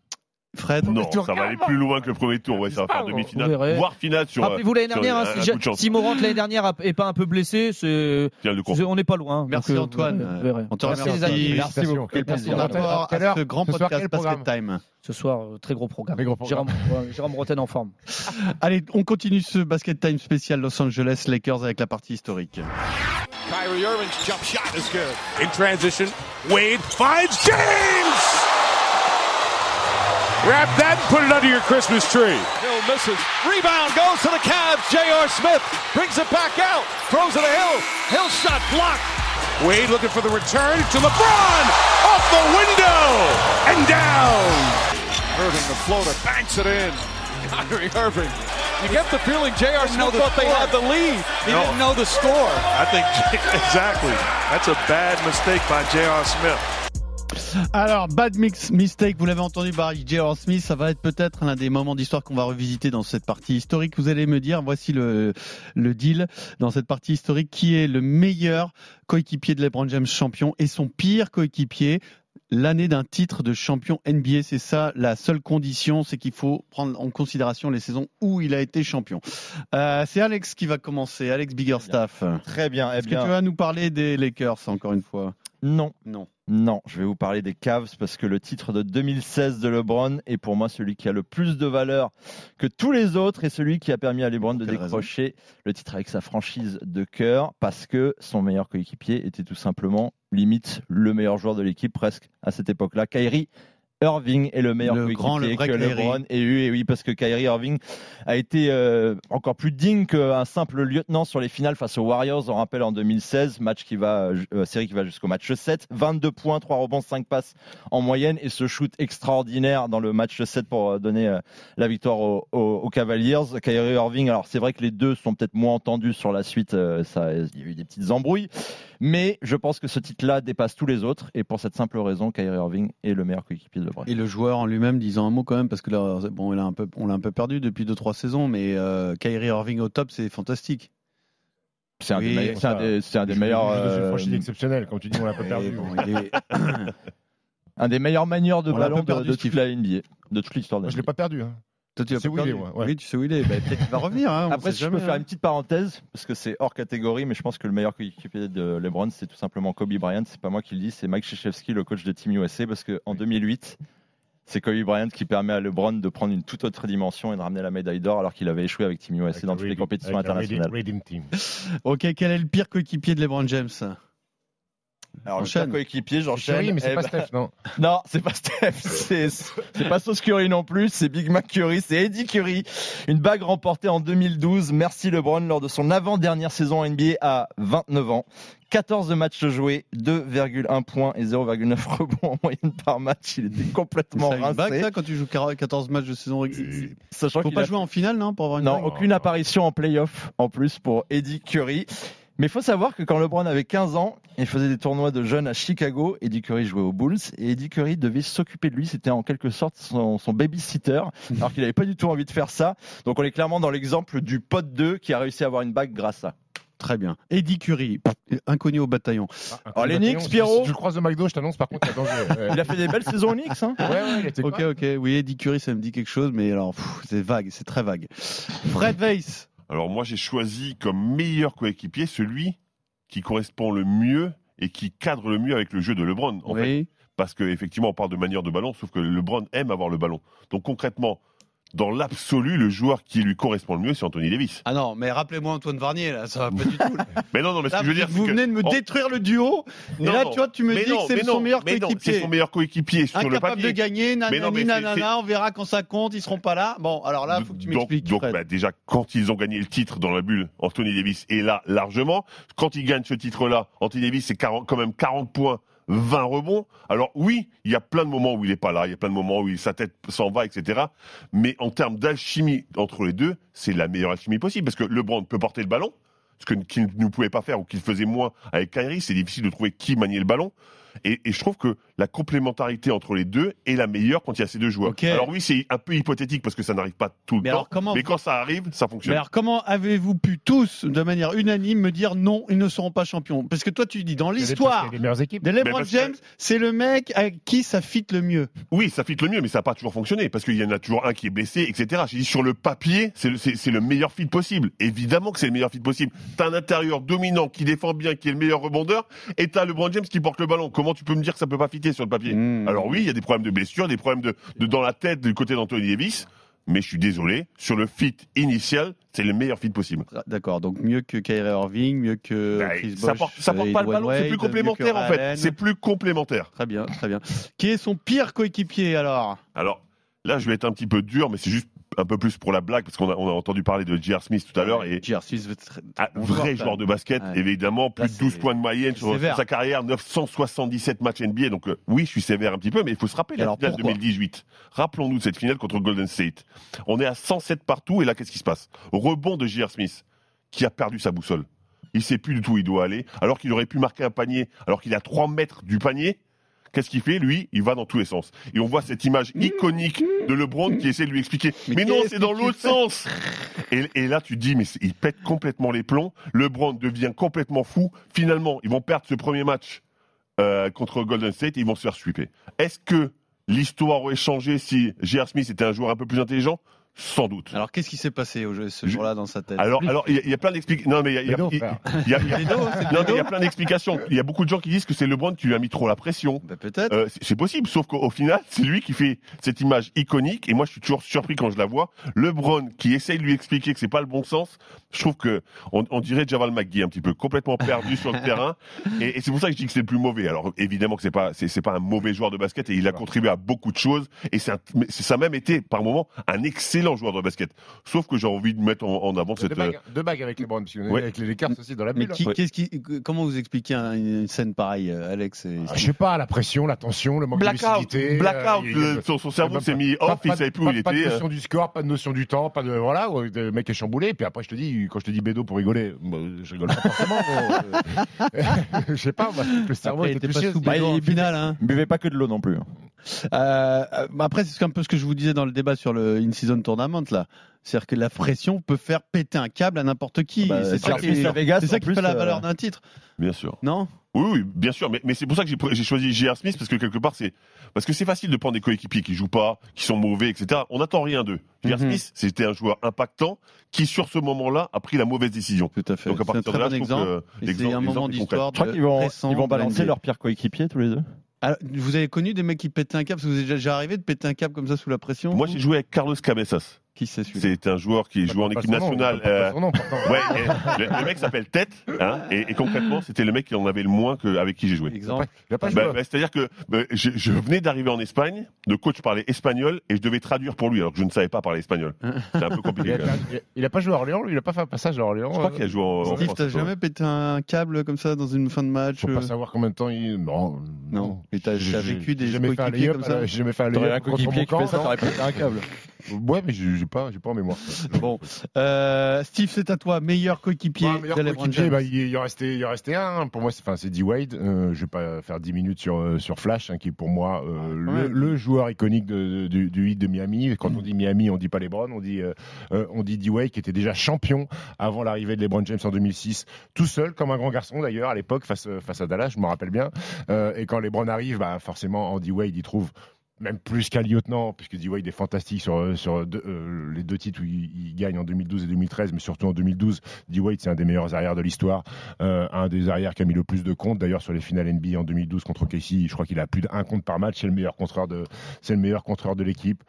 S5: Fred.
S1: Non, ça va aller plus loin que le premier tour. Ouais, ça va faire
S14: Vous verrez.
S1: demi-finale, voire finale sur. euh,
S14: Rappelez-vous l'année
S1: sur
S14: dernière,
S1: un-
S14: hein, si,
S1: un coup
S14: Ja-
S1: de chance.
S14: si Morant l'année dernière a- est pas un peu blessé, c'est
S1: Tiens, le con.
S14: c'est- on n'est pas loin.
S5: Merci
S14: Donc, euh,
S5: Antoine.
S14: vous verrez.
S5: On te
S14: Merci,
S5: remercie.
S14: les amis.
S5: Merci
S6: Félicitations.
S11: beaucoup. Quel
S5: pour
S11: plaisir.
S5: ton
S11: Merci.
S5: apport
S6: Tout à
S5: à
S6: l'heure,
S5: ce grand
S6: ce soir,
S5: podcast
S6: quel
S5: Basket
S6: programme
S5: Time.
S14: Ce soir, euh, très gros programme.
S6: Très gros programme.
S14: Jérôme, ouais, Jérôme Roten en forme.
S5: Allez, on continue ce Basket Time spécial Los Angeles Lakers avec la partie historique.
S3: Kyrie Irving's jump shot is good.
S2: In transition, Wade finds James! Wrap that and put it under your Christmas tree.
S3: Hill misses. Rebound goes to the Cavs. J.R. Smith brings it back out. Throws it to Hill. Hill shot blocked.
S2: Wade looking for the return to LeBron! Off the window! And down!
S3: Irving the floater banks it in. Kyrie Irving. You get the feeling J.R. Smith thought they had the lead. He
S2: No.
S3: didn't know the score.
S2: I think, exactly. That's a bad mistake by J.R. Smith.
S5: Alors, Bad Mix Mistake, vous l'avez entendu par J.R. Smith, ça va être peut-être l'un des moments d'histoire qu'on va revisiter dans cette partie historique. Vous allez me dire, voici le, le deal dans cette partie historique, qui est le meilleur coéquipier de LeBron James champion et son pire coéquipier l'année d'un titre de champion NBA. C'est ça la seule condition, c'est qu'il faut prendre en considération les saisons où il a été champion. Euh, c'est Alex qui va commencer, Alex Biggerstaff.
S11: Très bien. Eh
S5: Est-ce que tu
S11: bien,
S5: vas nous parler des Lakers encore une fois
S11: non.
S5: Non.
S11: Non, je vais vous parler des Cavs parce que le titre de 2016 de LeBron est pour moi celui qui a le plus de valeur que tous les autres et celui qui a permis à LeBron de
S5: Pour quelle raison
S11: décrocher le titre avec sa franchise de cœur parce que son meilleur coéquipier était tout simplement limite le meilleur joueur de l'équipe presque à cette époque-là. Kyrie Irving est le meilleur
S5: le grand, le
S11: que
S5: vrai
S11: LeBron ait eu, et oui, parce que Kyrie Irving a été euh, encore plus digne qu'un simple lieutenant sur les finales face aux Warriors, on rappelle en 2016, match qui va, euh, série qui va jusqu'au match 7, 22 points, 3 rebonds, 5 passes en moyenne, et ce shoot extraordinaire dans le match 7 pour donner euh, la victoire aux, aux, aux, Cavaliers. Kyrie Irving, alors c'est vrai que les deux sont peut-être moins entendus sur la suite, euh, ça, il y a eu des petites embrouilles, mais je pense que ce titre-là dépasse tous les autres, et pour cette simple raison, Kyrie Irving est le meilleur coéquipier de
S5: et le joueur en lui-même disant un mot quand même, parce que là, bon, a un peu, on l'a un peu perdu depuis 2-3 saisons, mais euh, Kyrie Irving au top, c'est fantastique.
S11: C'est un, oui, des, c'est un des, c'est un des meilleurs.
S6: Euh... franchise exceptionnelle, quand tu dis on l'a pas perdu. Bon, est...
S11: un des meilleurs manieurs de on ballon perdu, de, de toute la NBA, de toute l'histoire de
S6: Je l'ai pas perdu. Hein.
S5: Toi, tu
S6: sais où il est, ouais.
S5: Oui, tu sais où il est. Bah, peut-être qu'il va revenir. Hein,
S11: Après, si jamais, je peux hein. faire une petite parenthèse, parce que c'est hors catégorie, mais je pense que le meilleur coéquipier de LeBron, c'est tout simplement Kobe Bryant. C'est pas moi qui le dis, c'est Mike Krzyzewski, le coach de Team USA, parce qu'en 2008, c'est Kobe Bryant qui permet à LeBron de prendre une toute autre dimension et de ramener la médaille d'or alors qu'il avait échoué avec Team USA avec dans toutes les compétitions internationales.
S6: Team.
S5: ok, quel est le pire coéquipier de LeBron James
S11: alors, Enchaîne. le coéquipier, j'enchaîne. ben,
S6: Oui, mais c'est eh pas bah... Steph, non
S11: Non, c'est pas
S5: Euh.
S11: Steph. C'est, c'est pas Sauce Curry non plus. C'est Big Mac Curry. C'est Eddie Curry. Une bague remportée en 2012. Merci LeBron lors de son avant-dernière saison NBA à 29 ans. 14 matchs joués, 2,1 points et 0,9 rebonds en moyenne par match. Il était complètement
S5: ça
S11: rincé.
S5: Bague, ça, quand tu joues 14 matchs de saison régulière Sachant Faut qu'il pas a... jouer en finale, non pour avoir une
S11: Non,
S5: bague.
S11: aucune apparition en playoff en plus pour Eddie Curry. Mais il faut savoir que quand LeBron avait 15 ans, il faisait des tournois de jeunes à Chicago. Eddie Curry jouait aux Bulls et Eddie Curry devait s'occuper de lui. C'était en quelque sorte son, son babysitter, alors qu'il n'avait pas du tout envie de faire ça. Donc on est clairement dans l'exemple du pote 2 qui a réussi à avoir une bague grâce à.
S5: Très bien. Eddie Curie, inconnu au bataillon.
S11: Ah,
S1: Oh,
S11: Alors, Lennox, Pierrot.
S6: Si tu croises au McDo, je t'annonce par contre, il y a danger.
S11: il a fait des belles saisons au Knicks. Hein
S6: ouais, ouais, il était
S5: Ok,
S6: pas.
S5: ok. Oui, Eddie Curie, ça me dit quelque chose, mais alors, pff, c'est vague, c'est très vague. Fred Weiss.
S1: Alors moi j'ai choisi comme meilleur coéquipier celui qui correspond le mieux et qui cadre le mieux avec le jeu de LeBron. En
S5: oui.
S1: fait. Parce qu'effectivement on parle de manière de ballon, sauf que LeBron aime avoir le ballon. Donc concrètement, dans l'absolu, le joueur qui lui correspond le mieux, c'est Anthony Davis.
S5: Ah non, mais rappelez-moi Antoine Varnier, là, ça va pas du tout. Là.
S1: mais non, non, mais ce
S5: là,
S1: que je veux dire,
S5: vous
S1: c'est
S5: venez de me
S1: en...
S5: détruire le duo. Et non, là, tu vois, tu me dis
S1: non,
S5: que c'est son
S1: non,
S5: meilleur
S1: mais
S5: coéquipier.
S1: C'est son meilleur coéquipier sur
S5: Incapable
S1: le papier.
S5: de gagner, nanani,
S1: mais non, mais
S5: nanana,
S1: c'est- c'est-
S5: on verra quand ça compte, ils seront pas là. Bon, alors là, faut que tu
S1: donc,
S5: m'expliques.
S1: donc,
S5: Fred.
S1: bah, déjà, quand ils ont gagné le titre dans la bulle, Anthony Davis est là largement. Quand ils gagnent ce titre-là, Anthony Davis, c'est 40 quand même 40 points. 20 rebonds. Alors oui, il y a plein de moments où il n'est pas là, il y a plein de moments où il- sa tête s'en va, etc. Mais en termes d'alchimie entre les deux, c'est la meilleure alchimie possible parce que LeBron peut porter le ballon, ce que- qu'il ne pouvait pas faire ou qu'il faisait moins avec Kyrie. C'est difficile de trouver qui maniait le ballon. Et, et je trouve que la complémentarité entre les deux est la meilleure quand il y a ces deux joueurs.
S5: Ok.
S1: Alors oui, c'est un peu hypothétique parce que ça n'arrive pas tout le
S5: Mais
S1: temps.
S5: alors comment
S1: mais
S5: vous-
S1: quand ça arrive, ça fonctionne.
S5: Mais alors, comment avez-vous pu tous, de manière unanime, me dire non, ils ne seront pas champions Parce que toi, tu dis dans
S6: Il y a des-
S1: Ah.
S5: l'histoire
S6: il y a des meilleures équipes.
S5: de
S1: Mais
S5: LeBron
S1: parce que-
S5: James, c'est le mec à qui ça fit le mieux.
S1: Oui, ça fit le mieux, mais ça n'a pas toujours fonctionné parce qu'il y en a toujours un qui est blessé, etc. J'ai dit sur le papier, c'est le, c'est- c'est le meilleur fit possible. Évidemment que c'est le meilleur fit possible. T'as un intérieur dominant qui défend bien, qui est le meilleur rebondeur, et t'as LeBron James qui porte le ballon. Comment tu peux me dire que ça peut pas fitter sur le papier
S5: Mmh.
S1: Alors oui, il y a des problèmes de blessure, des problèmes de, de dans la tête du côté d'Anthony Davis, mais je suis désolé, sur le fit initial, c'est le meilleur fit possible.
S5: D'accord, donc mieux que Kyrie Irving, mieux que
S1: Bah,
S5: Euh, Chris
S1: ça
S5: Bosh,
S1: porte, ça porte
S5: euh,
S1: pas le
S5: Dwayne
S1: ballon, c'est
S5: Wade,
S1: plus
S5: mieux que
S1: complémentaire en fait.
S5: Allen.
S1: C'est plus complémentaire.
S5: Très bien, très bien. Qui est son pire coéquipier alors
S1: Alors là, je vais être un petit peu dur, mais c'est juste un peu plus pour la blague, parce qu'on a, on a entendu parler de J.R. Smith
S5: Ah
S1: tout à l'heure, et
S5: J.R. Smith, c'est très-
S1: un
S5: bon
S1: vrai
S5: joueur, quand
S1: joueur de basket,
S5: Ouais.
S1: évidemment, plus
S5: Là,
S1: de 12
S5: c'est-
S1: points de moyenne
S5: c'est
S1: sur
S5: sévère.
S1: sa carrière, 977 matchs NBA, donc euh, oui, je suis sévère un petit peu, mais il faut se rappeler la
S5: Alors,
S1: finale
S5: pourquoi
S1: 2018. Rappelons-nous de cette finale contre Golden State. On est à 107 partout, et là, qu'est-ce qui se passe Rebond de J.R. Smith, qui a perdu sa boussole. Il sait plus du tout où il doit aller, alors qu'il aurait pu marquer un panier, alors qu'il est à 3 mètres du panier. Qu'est-ce qu'il fait Lui, il va dans tous les sens. Et on voit cette image iconique de LeBron qui essaie de lui expliquer.
S5: Mais
S1: Mais, non,
S5: qu'est-ce
S1: c'est dans
S5: que tu
S1: l'autre
S5: fais
S1: sens et, et là, tu te dis, mais c'est- il pète complètement les plombs. LeBron devient complètement fou. Finalement, ils vont perdre ce premier match euh, contre Golden State et ils vont se faire sweeper. Est-ce que l'histoire aurait changé si J.R. Smith était un joueur un peu plus intelligent sans doute.
S5: Alors, qu'est-ce qui s'est passé au jeu, ce jour-là dans sa tête
S1: Alors, alors, il y, a- il y a plein d'explications. Non, mais il y a- il y a- il y a- il y a- il y a-
S5: Bédo, c'est
S1: non, mais il y a
S5: Bédo.
S1: plein d'explications. Il y a beaucoup de gens qui disent que c'est LeBron qui lui a mis trop la pression.
S5: Bah, peut-être.
S1: Euh, c'est- c'est possible, sauf qu'au au final, c'est lui qui fait cette image iconique. Et moi, je suis toujours surpris quand je la vois. LeBron qui essaye de lui expliquer que c'est pas le bon sens. Je trouve que on, on dirait Javal McGee un petit peu complètement perdu sur le terrain. Et, et c'est pour ça que je dis que c'est le plus mauvais. Alors évidemment que c'est pas c'est c'est pas un mauvais joueur de basket et il a contribué à beaucoup de choses. Et c'est un- mais c'est- ça a même été par moment un excellent joueur de basket. Sauf que j'ai envie de mettre en, en avant
S6: Deux
S1: cette
S6: bagues, deux bagues avec les Browns, parce qu'on est
S1: Ouais.
S6: avec les Lakers aussi dans la
S5: Mais
S6: bulle.
S5: qui-
S1: Ouais.
S5: qu'est-ce qui- comment vous expliquez un- une scène pareille, euh, Alex et
S6: Ah, Je sais pas, la pression, la tension, le manque de
S1: Blackout,
S6: lucidité. euh,
S1: blackout,
S6: il y a- il y a-
S1: le- son, son cerveau
S6: pas-
S1: s'est mis
S6: pas-
S1: off, il
S6: pas de-
S1: savait plus où
S6: pas-
S1: il
S6: Pas de
S1: était. euh.
S6: notion du score, pas de notion du temps, pas de. Voilà, ouais, le mec est chamboulé. Et puis après, je te dis, quand je te dis Bédo pour rigoler, bah, je rigole pas forcément. bon, euh, je sais pas, moi, je trouve que le cerveau
S5: Après, il
S6: était
S5: était pas
S6: touché.
S5: sous Bédo en finale, hein.
S11: Buvez pas que de l'eau non plus.
S5: Euh, euh, après, c'est un peu ce que je vous disais dans le débat sur le in-season tournament, là. C'est-à-dire que la pression peut faire péter un câble à n'importe qui.
S11: Bah,
S5: c'est ça
S11: Surtout
S5: qui,
S11: à Vegas,
S5: c'est ça
S11: en
S5: qui
S11: plus,
S5: fait la
S11: euh,
S5: valeur d'un titre,
S1: Bien sûr.
S5: non
S1: Oui, oui, bien sûr. Mais, mais c'est pour ça que j'ai pr- j'ai choisi J.R. Smith parce que quelque part c'est parce que c'est facile de prendre des coéquipiers qui jouent pas, qui sont mauvais, etc. On n'attend rien d'eux. J.R.
S5: Mhm.
S1: Smith, c'était un joueur impactant qui sur ce moment-là a pris la mauvaise décision.
S5: Tout à fait.
S1: Donc à
S5: C'est un très
S1: partir de là,
S5: bon
S1: je trouve
S5: exemple. Et C'est un
S1: que l'exemple-
S5: moment
S1: l'exemple est
S5: d'histoire.
S11: Je crois
S5: de-
S11: qu'ils vont,
S5: récent
S11: ils vont
S5: de la
S11: balancer
S5: NBA.
S11: leur pire coéquipier tous les deux.
S5: Alors, vous avez connu des mecs qui pétaient un câble Parce que vous êtes déjà arrivé de péter un câble comme ça sous la pression
S1: complet. Moi,
S5: vous
S1: j'ai joué avec Carlos Cabezas.
S5: Qui c'est celui-là
S1: C'est un joueur qui joue en équipe nationale. euh, Ouais, et le, le mec s'appelle Tête, hein, et, et concrètement, c'était le mec qui en avait le moins que, avec qui j'ai joué.
S5: Exemple.
S1: Bah, bah, C'est-à-dire que bah, je, je venais d'arriver en Espagne, le coach parlait espagnol et je devais traduire pour lui alors que je ne savais pas parler espagnol. C'est un peu
S6: Il
S1: compliqué.
S6: a, euh,
S1: quand même.
S6: il a pas joué à Orléans, lui, il a pas fait un passage à Orléans.
S1: Je crois qu'il a joué en, en
S5: Steve,
S1: France,
S5: t'as
S1: toi.
S5: jamais pété un câble comme ça dans une fin de match
S6: Faut
S5: euh,
S6: pas savoir combien de temps il. Non.
S5: Non. Mais t'as
S6: J'ai-
S5: t'as vécu des
S6: j'ai jamais fait un
S5: coéquipiers
S6: layup,
S5: comme ça
S6: euh, J'ai jamais fait un layup contre mon camp, non.
S11: pété un câble.
S6: Ouais, mais j'ai j'ai pas, j'ai pas en mémoire.
S5: Bon, euh, Steve, c'est à toi, meilleur coéquipier
S6: Ouais, meilleur
S5: de LeBron
S6: coéquipier,
S5: James.
S6: bah, il, il en restait, il en restait un. hein. Pour moi, c'est enfin, c'est D Wade. Euh, je vais pas faire 10 minutes sur euh, sur Flash, hein, qui est pour moi euh, le,
S5: même.
S6: le joueur iconique de- du, du hit de Miami. Quand on dit Miami, on dit pas LeBron, on dit euh, euh, on dit D Wade qui était déjà champion avant l'arrivée de LeBron James en 2006, tout seul comme un grand garçon d'ailleurs à l'époque face euh, face à Dallas, je m'en rappelle bien. Euh, et quand LeBron arrive, bah forcément, Andy Wade il trouve même plus qu'un lieutenant, puisque D. Wade est fantastique sur, euh, sur deux- euh, les deux titres où il, il gagne en 2012 et 2013, mais surtout en 2012, D. Wade, c'est un des meilleurs arrières de l'histoire, euh, un des arrières qui a mis le plus de comptes. D'ailleurs, sur les finales NBA en 2012 contre Casey, je crois qu'il a plus d'un compte par match. C'est le meilleur contreur de, c'est le meilleur contreur de l'équipe.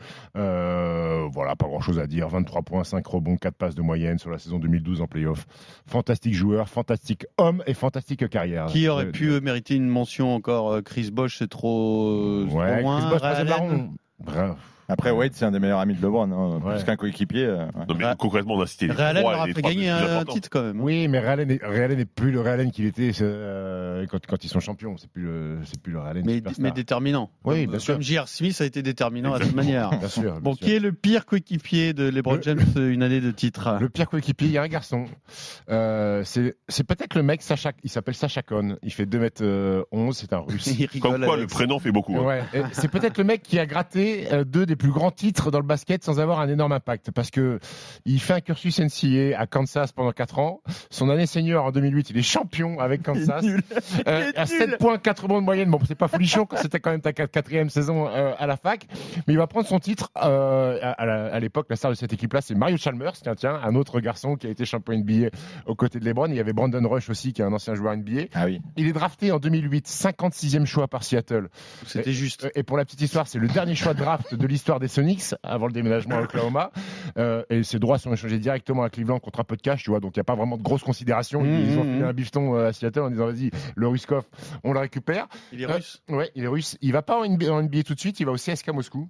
S6: Euh, voilà, pas grand chose à dire. 23 points, 5 rebonds, 4 passes de moyenne sur la saison 2012 en playoff. Fantastique joueur, fantastique homme et fantastique carrière.
S5: Qui aurait
S6: Euh,
S5: pu euh, mériter une mention encore euh, Chris Bosch, c'est trop, euh, c'est
S6: Ouais,
S5: trop loin.
S6: Chris Bosh, troisième
S5: Allen.
S6: larron. Bref.
S11: Après, Wade, c'est un des meilleurs amis de LeBron. hein,
S6: Ouais.
S11: Plus qu'un coéquipier. euh, ouais.
S1: Non, mais
S5: Ra-
S1: concrètement, on a cité les
S5: Ray Allen
S1: trois,
S5: leur a
S1: les
S5: fait
S1: trois
S5: gagner
S1: plus
S5: un
S1: importants.
S5: titre quand même. hein.
S6: Oui, mais Real n'est Ray Allen n'est plus le Real qu'il était euh, quand, quand ils sont champions. C'est plus le, c'est plus le Ray Allen
S5: Mais,
S6: superstar.
S5: mais déterminant.
S6: Oui,
S5: Comme- euh,
S6: bien sûr.
S5: Comme J.R. Smith a été déterminant à
S1: Exactement.
S5: cette manière.
S6: Bien sûr. bien
S5: Bon,
S6: sûr.
S5: qui est le pire coéquipier de LeBron
S6: Le-
S5: James euh, une année de titre
S6: Le pire coéquipier, il y a un garçon. Euh, c'est c'est peut-être le mec, Sacha, il s'appelle Sacha Cohn. Il fait 2m11, c'est un russe.
S5: Il rigole,
S1: Comme quoi, le
S5: Alex.
S1: prénom fait beaucoup. hein.
S6: Ouais, et c'est peut-être le mec qui a gratté euh, deux des plus grands titres dans le basket sans avoir un énorme impact. Parce que il fait un cursus NCA à Kansas pendant 4 ans. Son année senior en 2008, il est champion avec Kansas. Euh, à 7 points, 4 rebonds de moyenne. Bon, c'est pas folichon quand c'était quand même ta quat- quatrième saison euh, à la fac. Mais il va prendre son titre euh, à, à la- à l'époque. La star de cette équipe-là, c'est Mario Chalmers. Tiens, tiens, un autre garçon qui a été champion NBA aux côtés de LeBron. Il y avait Brandon Rush aussi, qui est un ancien joueur NBA.
S11: Ah oui.
S6: Il est drafté en 2008, 56e choix par Seattle.
S5: C'était juste.
S6: Euh, Et pour la petite histoire, c'est le dernier choix de draft de l'histoire des Sonics avant le déménagement à Oklahoma. Euh, et ses droits sont échangés directement à Cleveland contre un peu de cash, tu vois. Donc il n'y a pas vraiment de grosse considération. Ils ont
S5: Mhm.
S6: filé un bifton euh, à Seattle en disant vas-y, le Ruskov, on le récupère.
S5: Il est
S6: Euh,
S5: russe.
S6: Ouais, il est russe. Il va pas en NBA, en NBA tout de suite, il va au CSK Moscou.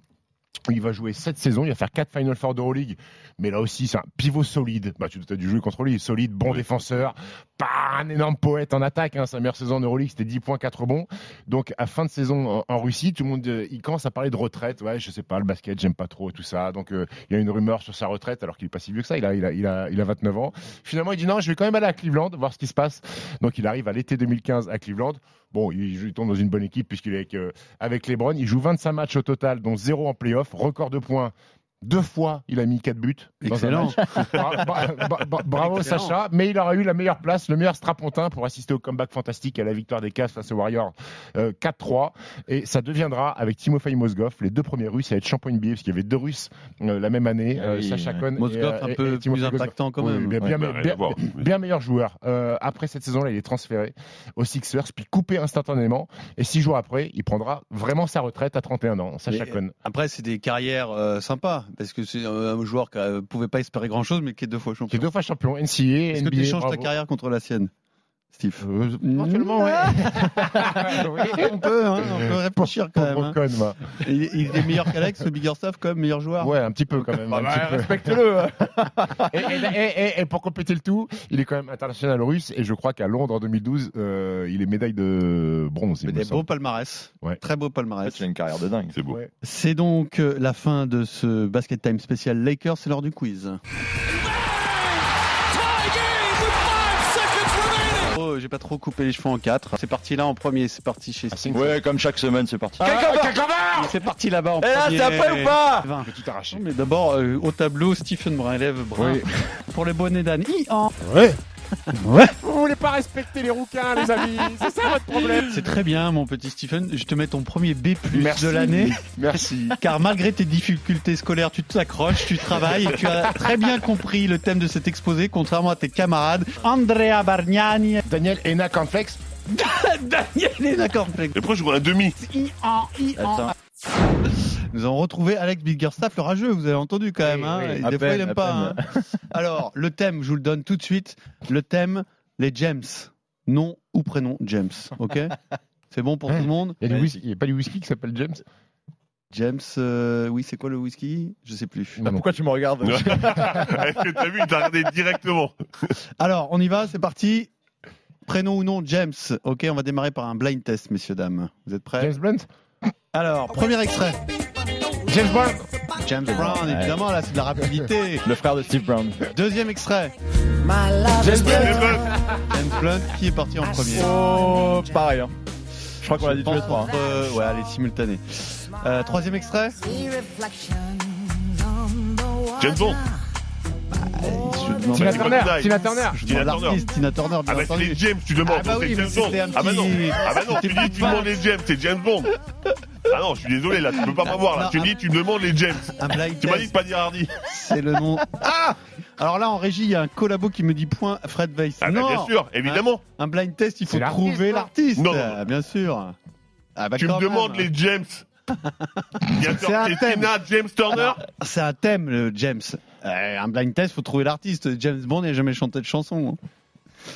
S6: Il va jouer cette saison, il va faire 4 Final Four d'Euroleague. Mais là aussi, c'est un pivot solide. Bah, tu as dû jouer contre lui. Solide, bon défenseur, pas un énorme poète en attaque. hein. Sa meilleure saison en Euroleague, c'était 10 points, 4 bons. Donc, à fin de saison en, en Russie, tout le monde euh, il commence à parler de retraite. Ouais, je sais pas, le basket, j'aime pas trop et tout ça. Donc, euh, il y a une rumeur sur sa retraite, alors qu'il est pas si vieux que ça. Il a, il, a, il, a, il a 29 ans. Finalement, il dit non, je vais quand même aller à Cleveland, voir ce qui se passe. Donc, il arrive à l'été 2015 à Cleveland. Bon, il, joue- il tombe dans une bonne équipe puisqu'il est avec, euh, avec LeBron. Il joue 25 matchs au total, dont 0 en playoff, record de points Deux fois, il a mis quatre buts.
S5: Excellent.
S6: Bra- bra- bra- bravo
S5: Excellent.
S6: Sacha, mais il aura eu la meilleure place, le meilleur strapontin pour assister au comeback fantastique à la victoire des Cavs face aux Warriors euh, 4-3. Et ça deviendra, avec Timofey Mozgov, les deux premiers Russes à être champion NBA, parce qu'il y avait deux Russes euh, la même année,
S11: Ah
S6: euh,
S11: oui,
S6: Sacha
S11: ouais.
S6: Cohn. et,
S5: Mozgov,
S6: euh,
S5: un
S6: et-
S5: peu
S6: et
S5: plus
S6: Timofey Mozgov.
S5: impactant quand même.
S6: Oui, mais bien,
S1: Ouais, bah,
S6: mais-
S1: rien
S6: bien-
S1: à voir.
S6: bien meilleur joueur. Euh, après cette saison-là, il est transféré aux Sixers, puis coupé instantanément. Et six jours après, il prendra vraiment sa retraite à 31 ans, Sacha
S5: Mais,
S6: Cohn.
S5: Après, c'est des carrières euh, sympas, parce que c'est euh, un joueur qui ne pouvait pas espérer grand-chose, mais qui est deux fois
S6: Qui est
S5: champion.
S6: deux fois champion NCAA,
S5: Est-ce que
S6: NBA.
S5: tu changes ta
S6: bravo.
S5: carrière contre la sienne, Steve
S6: Euh, éventuellement, ouais.
S5: on, peut, hein, on peut réfléchir quand même.
S6: Pauvre
S5: hein.
S6: Cohn, va.
S5: Il, il est meilleur qu'Alex, le Biggerstaff, comme meilleur joueur.
S6: Ouais, un petit peu quand même.
S5: Bah,
S6: un petit peu.
S11: Respecte-le.
S6: et, et- et- et pour compléter le tout, il est quand même international russe et je crois qu'à Londres en 2012, euh, il est médaille de bronze. il
S5: Mais
S6: me
S5: des beaux
S6: semble.
S5: palmarès.
S6: Ouais.
S5: Très beau palmarès.
S11: Tu as une carrière de dingue.
S1: C'est beau.
S6: Ouais.
S5: C'est donc euh, la fin de ce Basket Time spécial Lakers, c'est l'heure du quiz. Oh, j'ai pas trop coupé les cheveux en quatre. C'est parti là en premier, c'est parti chez Steve.
S11: Ouais, comme chaque semaine, c'est parti.
S5: Ah, C'est parti là-bas en
S11: Et Eh là,
S5: premier.
S11: t'as pas ou pas
S5: Vingt.
S6: Je vais tout arracher.
S5: Mais d'abord, euh, au tableau, Stephen Brun, élève Brun.
S6: Oui.
S5: Pour le bonnet d'âne. Hi, en.
S6: Ouais.
S5: Ouais.
S6: Vous voulez pas respecter les rouquins, les amis C'est ça votre problème
S5: C'est très bien, mon petit Stephen. Je te mets ton premier B
S6: Merci.
S5: de l'année.
S6: Merci.
S5: Car malgré tes difficultés scolaires, tu t'accroches, tu travailles et tu as très bien compris le thème de cet exposé, contrairement à tes camarades. Andrea Bargnani.
S6: Daniel Ena Cornflex.
S5: Daniel est d'accord. Flex.
S1: Et après, je vois un demi.
S5: I, en, I, en.
S11: Attends.
S5: Nous avons retrouvé Alex Biggerstaff, le rageux, vous avez entendu quand même.
S6: Oui,
S5: hein.
S6: oui.
S5: Et
S11: À
S5: Des fois,
S11: peine,
S5: il aime
S11: à
S5: pas. hein. Alors, le thème, je vous le donne tout de suite. Le thème, les James. Nom ou prénom James. OK C'est bon pour tout le monde
S6: Il y a du whisky- il y a pas du whisky qui s'appelle James
S5: James, euh, oui, c'est quoi le whisky Je sais plus.
S6: Non, non.
S11: Ah, Pourquoi tu me regardes
S1: Est-ce que Eh, t'as vu, il t'a regardé directement.
S5: Alors, on y va, c'est parti. Prénom ou non, James. Ok, on va démarrer par un blind test, messieurs, dames. Vous êtes prêts
S6: James Blunt
S5: Alors, premier extrait.
S6: James Bond
S5: James Brown, évidemment, là, c'est de la rapidité.
S11: Le frère de Steve Brown.
S5: Deuxième extrait.
S11: James Brown.
S5: James Blunt, qui est parti
S1: Ah,
S5: en premier
S11: Oh, pareil. hein. Je crois qu'on l'a
S5: Je
S11: dit tous les
S5: pense
S11: trois. hein.
S5: entre, euh, ouais, allez, simultané. Euh, troisième extrait.
S1: James Bond.
S6: Tina
S1: c'est pas
S6: Turner
S1: Budai.
S6: Tina Turner
S5: Je
S1: Tina
S5: demande
S1: Turner.
S5: l'artiste, Tina Turner, bien
S1: Ah bah c'est
S5: entendu.
S1: les James, tu demandes.
S5: Ah bah
S1: donc
S5: oui, mais
S1: c'est James Bond.
S5: c'était un
S1: Ah bah non,
S5: petit-
S1: ah bah non tu
S5: c'était pas
S1: dis tu
S5: mal.
S1: demandes les James, c'est James Bond. Ah non, je suis désolé là, tu peux pas m'avoir là.
S5: Non,
S1: Tu
S5: ah-
S1: dis tu me demandes les James.
S5: Un blind
S1: Tu m'as dit de
S5: test,
S1: pas dire Hardy.
S5: c'est le nom. Ah Alors là, en régie, il y a un collabo qui me dit point Fred Weiss.
S1: Ah bah
S5: non
S1: bien sûr, évidemment.
S5: Un blind test, il faut
S6: C'est l'artiste,
S5: trouver
S6: non
S5: l'artiste.
S1: Non.
S5: Ah, bien sûr. Ah bah
S1: tu
S5: quand
S1: me
S5: même.
S1: demandes les James. Il y a
S5: C'est un
S1: Tina,
S5: thème.
S1: James Turner.
S6: Ah,
S5: C'est un thème, le James. Euh, un blind test, faut trouver l'artiste. James Bond n'a jamais chanté de chanson. hein.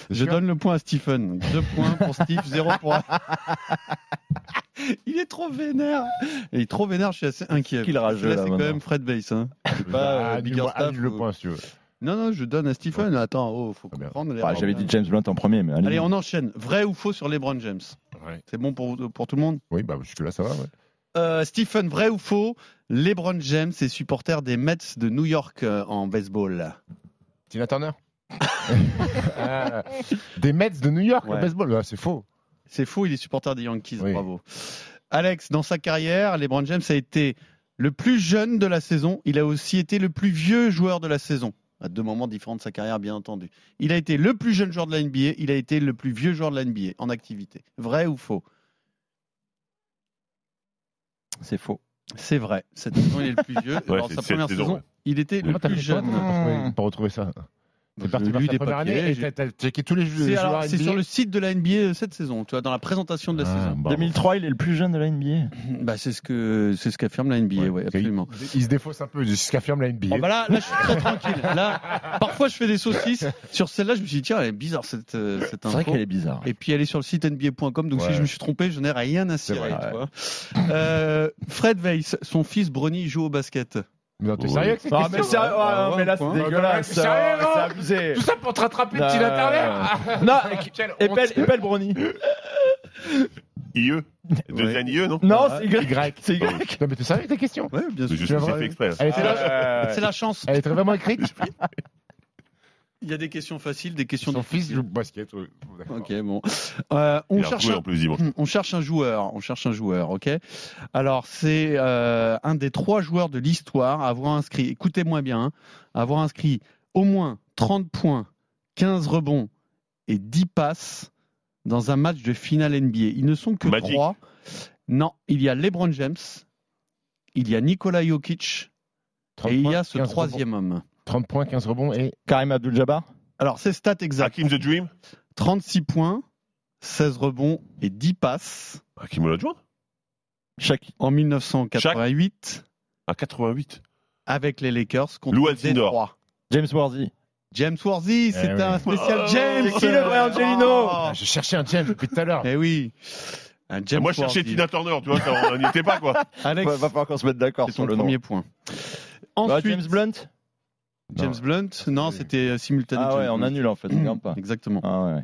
S5: Je
S6: sûr.
S5: donne le point à Stephen. Deux points pour Steve, zéro pour. il est trop vénère. Il est trop vénère, je suis assez inquiet.
S11: Qu'il rageux,
S5: Là,
S11: là,
S5: c'est quand
S11: maintenant.
S5: même Fred Bass. hein. C'est pas euh,
S6: Ah,
S5: Bigger
S6: dis-moi,
S5: Staff
S6: annule le
S5: ou-
S6: point si tu veux.
S5: Non, non, je donne à Stephen. Attends, oh, faut
S6: Ah, bien.
S5: comprendre. les
S11: Ouais, Bah, J'avais
S5: règles.
S11: dit James Blunt en premier, mais allez.
S5: Allez, on enchaîne. Vrai ou faux sur LeBron James
S6: Ouais.
S5: C'est bon pour, pour tout le monde
S6: Oui, bah jusque-là ça va. ouais.
S5: Euh, Stephen, vrai ou faux LeBron James est supporter des Mets de New York euh, en baseball.
S6: Tina Turner Ah, Des Mets de New York,
S5: Ouais.
S6: le baseball, bah, c'est faux.
S5: C'est faux, il est supporter des Yankees,
S6: Oui.
S5: bravo. Alex, dans sa carrière, LeBron James a été le plus jeune de la saison. Il a aussi été le plus vieux joueur de la saison. À deux moments différents de sa carrière, bien entendu. Il a été le plus jeune joueur de la NBA. Il a été le plus vieux joueur de la NBA en activité. Vrai ou faux
S11: C'est faux.
S5: C'est vrai. Cette saison, il est le plus vieux.
S1: Ouais,
S5: Dans
S1: c'est
S5: sa
S1: cette
S5: première
S1: saison,
S5: saison,
S1: ouais.
S5: il était le
S6: Comment t'as
S5: plus
S6: fait toi,
S5: jeune.
S6: pour trouver- pour retrouver ça T'es parti
S5: Je
S6: par
S5: lis
S6: ta
S5: des
S6: première
S5: papiers,
S6: année et
S5: j'ai-
S6: t'as- t'as checké tous les jeux
S5: C'est
S6: les
S5: alors-
S6: joueurs
S5: c'est
S6: NBA.
S5: sur le site de la NBA euh, cette saison, tu vois, dans la présentation de la
S6: Ah,
S5: saison.
S11: Bah,
S6: bravo.
S11: 2003, il est le plus jeune de la NBA.
S5: Bah, c'est ce que c'est ce qu'affirme la NBA, ouais,
S6: Ok,
S5: absolument.
S6: Il, il se défausse un peu, c'est ce qu'affirme la NBA.
S5: Ah bah là, là, je suis très tranquille. Là, parfois, je fais des saucisses. Sur celle-là, je me suis dit, tiens, elle est bizarre cette, euh, cette
S11: C'est vrai
S5: info.
S11: qu'elle est bizarre.
S5: Et puis, elle est sur le site nba.com. Donc, si
S6: Ouais.
S5: je me suis trompé, je n'ai rien à cirer.
S11: vrai,
S5: tu vois. Euh, Fred Weiss, son fils Bronny joue au basket.
S6: Mais non, t'es
S1: Ouais.
S6: sérieux avec cette
S11: Non, bah, mais,
S6: question
S11: sérieux, ouais,
S5: Ah,
S11: non,
S5: ouais,
S11: mais là,
S5: point.
S11: c'est dégueulasse.
S6: Ah,
S11: euh,
S6: sérieux,
S11: C'est
S6: non
S11: abusé.
S6: Tout ça pour te rattraper,
S11: Non,
S6: Tina
S11: euh,
S6: Turner
S11: Non,
S6: Quelle Ah, honte.
S11: épelle, épelle Brownie.
S1: IE. Deuxième IE, E, non
S11: Non, c'est Y.
S6: Y.
S11: C'est Y.
S6: Non, mais t'es sérieux avec ta question
S5: Ah, Ouais, bien
S1: Mais
S5: sûr.
S1: Je
S6: Tu
S1: sais
S6: vas
S1: que
S6: voir.
S1: c'est fait exprès. là.
S6: Elle était,
S11: Ah, ouais, ouais, ouais.
S5: C'est la chance.
S6: elle était vraiment écrite
S5: Il y a des questions faciles, des questions
S6: Son fils joue au basket. ouais.
S5: Ok, bon. Euh, on,
S1: Il a
S5: cherche
S1: joué
S5: un,
S1: en plus dimanche.
S5: on cherche un joueur. On cherche un joueur, ok Alors, c'est euh, un des trois joueurs de l'histoire à avoir inscrit, écoutez-moi bien, hein, à avoir inscrit au moins 30 points, 15 rebonds et 10 passes dans un match de finale NBA. Ils ne sont que
S1: Magic.
S5: trois. Non, il y a LeBron James, il y a Nikola Jokic
S6: 30
S5: et il y
S6: points,
S5: a ce
S6: 15
S5: troisième homme.
S6: rebonds. 30 points, 15 rebonds et
S11: Karim Abdul-Jabbar
S5: Alors, c'est stats exactes.
S1: Hakim the Dream
S5: 36 points, 16 rebonds et 10 passes
S1: Hakim Olajuwon
S11: Shaq-
S5: en 1988
S1: À 88.
S5: avec les Lakers contre
S1: Lou Alcindor.
S5: Détroit.
S11: James Worthy.
S5: James
S11: Eh
S5: Worthy, c'est
S6: oui.
S5: un spécial
S1: Oh,
S5: James.
S1: c'est qui le vrai
S11: Angelino
S5: Oh.
S6: Ah, je cherchais un James depuis tout à l'heure.
S5: Eh oui. Un James
S1: Moi, je cherchais
S5: Worthy.
S1: Tina Turner, tu vois, ça, on n'y était pas, quoi.
S5: Alex,
S11: Va, va falloir qu'on se mette d'accord
S5: c'est
S11: sur
S5: son
S11: le nom.
S5: premier point.
S11: Bah,
S5: Ensuite,
S11: James Blunt
S5: James Blunt, non, c'était euh, simultané.
S11: Ah ouais,
S5: James
S11: on
S5: Blunt.
S11: annule en fait, regarde pas.
S5: Exactement.
S11: Ah ouais, ouais.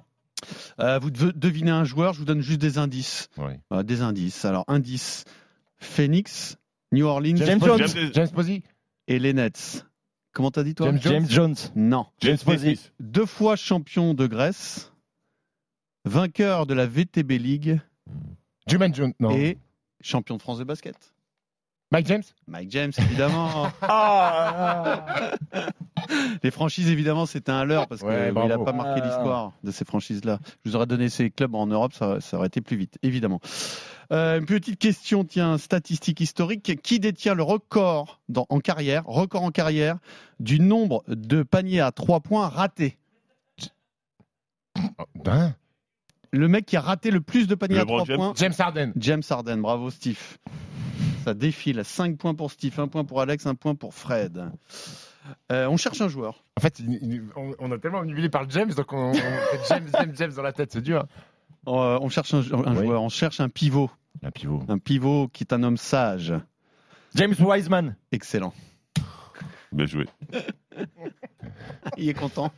S5: Euh, vous devez- devinez un joueur, je vous donne juste des indices.
S6: Ouais.
S5: Euh, des indices. Alors, indice Phoenix, New Orleans
S11: James
S6: Posey.
S11: Jones.
S1: James-
S6: James Posey.
S5: et les Nets. Comment t'as dit toi
S6: James Jones.
S11: James Jones.
S5: Non.
S1: James
S11: Posey.
S1: Smith.
S5: deux fois champion de Grèce, vainqueur de la VTB League
S6: Juman Jones. Non.
S5: et champion de France de basket.
S6: Mike James.
S5: Mike James, évidemment.
S11: Ah.
S5: Les franchises, évidemment, c'était un leurre parce
S6: Ouais,
S5: qu'il n'a
S6: bravo.
S5: pas marqué
S11: Ah.
S5: l'histoire de ces franchises-là. Je vous aurais donné ces clubs en Europe, ça, ça aurait été plus vite, évidemment. Euh, une petite question, tiens, statistique historique. Qui détient le record dans- en carrière, record en carrière, du nombre de paniers à trois points ratés
S6: Oh, ben.
S5: Le mec qui a raté le plus de paniers à
S1: LeBron
S5: trois
S1: James.
S5: points
S6: James Harden.
S5: James Harden, bravo Steve. Ça défile. 5 points pour Steve, 1 point pour Alex, 1 point pour Fred. Euh, on cherche un joueur.
S6: En fait, il- il- on, on a tellement omnibulé par le James, donc on, on fait James, James, James dans la tête, c'est dur.
S5: Euh, on cherche un, un
S6: Oui.
S5: joueur, on cherche un pivot.
S6: Un pivot.
S5: Un pivot qui est un homme sage.
S11: James Wiseman.
S5: Excellent.
S1: Bien joué.
S5: Il est content.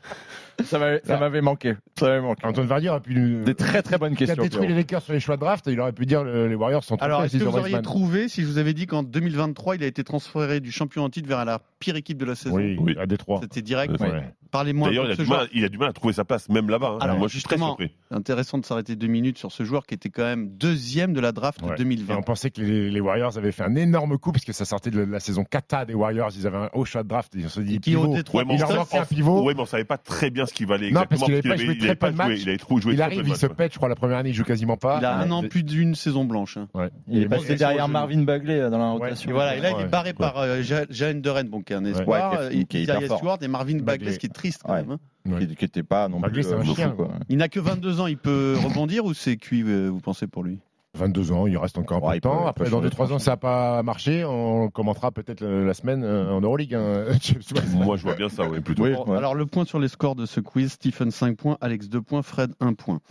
S11: Ça m'avait ça m'avait manqué. Ça m'avait manqué.
S6: Antoine Vardy aurait pu nous.
S11: Des très très bonnes
S6: Il a
S11: questions.
S6: détruit les
S11: Pierrot.
S6: Lakers sur les choix de draft, il aurait pu dire euh, les Warriors sont trop
S5: Alors,
S6: faibles,
S5: est-ce que
S6: ils ont
S5: vous auriez
S6: Wiseman.
S5: trouvé si je vous avais dit qu'en 2023, il a été transféré du champion en titre vers la pire équipe de la saison
S6: Oui,
S1: Oui.
S6: à Détroit.
S5: C'était direct.
S1: Ouais.
S6: Ouais.
S5: Parlez-moi
S1: D'ailleurs, il,
S5: de
S1: a
S5: ce
S1: du
S5: joueur.
S1: mal- il a du mal à trouver sa place, même là-bas. hein.
S5: Alors,
S1: Moi, je suis très
S5: justement,
S1: surpris.
S5: Intéressant de s'arrêter deux minutes sur ce joueur qui était quand même deuxième de la draft
S6: Ouais. Et
S5: 2020.
S6: on pensait que les, les Warriors avaient fait un énorme coup parce que ça sortait de la, de la saison cata des Warriors. Ils avaient un haut choix de draft. Ils se sont dit,
S5: Qui ont
S6: pivot.
S5: Détroit
S1: Ouais, mais
S6: il
S1: on
S6: leur
S1: sait-
S6: manquait un
S1: on-
S6: pivot.
S1: Oui, mais on ne savait pas très bien ce qu'il valait
S6: Non,
S1: exactement.
S6: parce qu'il avait pas
S1: avait-
S6: joué
S1: il
S6: très
S1: avait
S6: peu de
S1: joué,
S6: matchs.
S1: il avait trop joué
S6: il
S1: très
S6: arrive,
S1: peu de
S6: il
S1: matchs,
S6: se
S1: ouais.
S6: pète, je crois, la première année, il joue quasiment pas.
S5: Il
S1: Ah,
S5: a un an plus d'une saison blanche. hein.
S6: Ouais.
S11: Il est
S6: Et
S11: passé
S6: Max-
S11: derrière Marvin Bagley euh, dans la
S6: Ouais.
S11: rotation.
S5: Et voilà, et là, il est
S6: Ouais.
S5: barré
S6: Ouais.
S5: par euh, Ja- Jalen Duren, donc qui est un espoir,
S11: Ouais, qui est-
S5: euh,
S11: qui est hyper
S5: Isaiah
S11: fort.
S5: Stewart et Marvin Bagley,
S6: Bagley.
S5: ce qui est triste quand
S11: Ouais.
S5: même. hein.
S6: Ouais.
S11: Qui n'était pas non
S6: Bagley,
S11: plus.
S6: c'est un
S11: euh,
S6: chien.
S11: fou, quoi.
S5: Il n'a que 22 ans, il peut rebondir ou c'est cuit, euh, vous pensez, pour lui
S6: 22 ans, il reste encore un
S11: Ouais,
S6: peu de
S11: il peut- il
S6: temps.
S11: peut
S6: Après,
S11: changer
S6: dans
S11: de
S6: 2-3 ans, ça n'a pas marché. On commentera peut-être euh, la semaine euh, en Euroleague. hein, James Wiseman.
S1: Moi, je vois bien ça, oui, plutôt.
S11: Oui,
S5: Bon,
S11: ouais.
S5: Alors, le point sur les scores de ce quiz Stephen 5 points, Alex 2 points, Fred 1 point.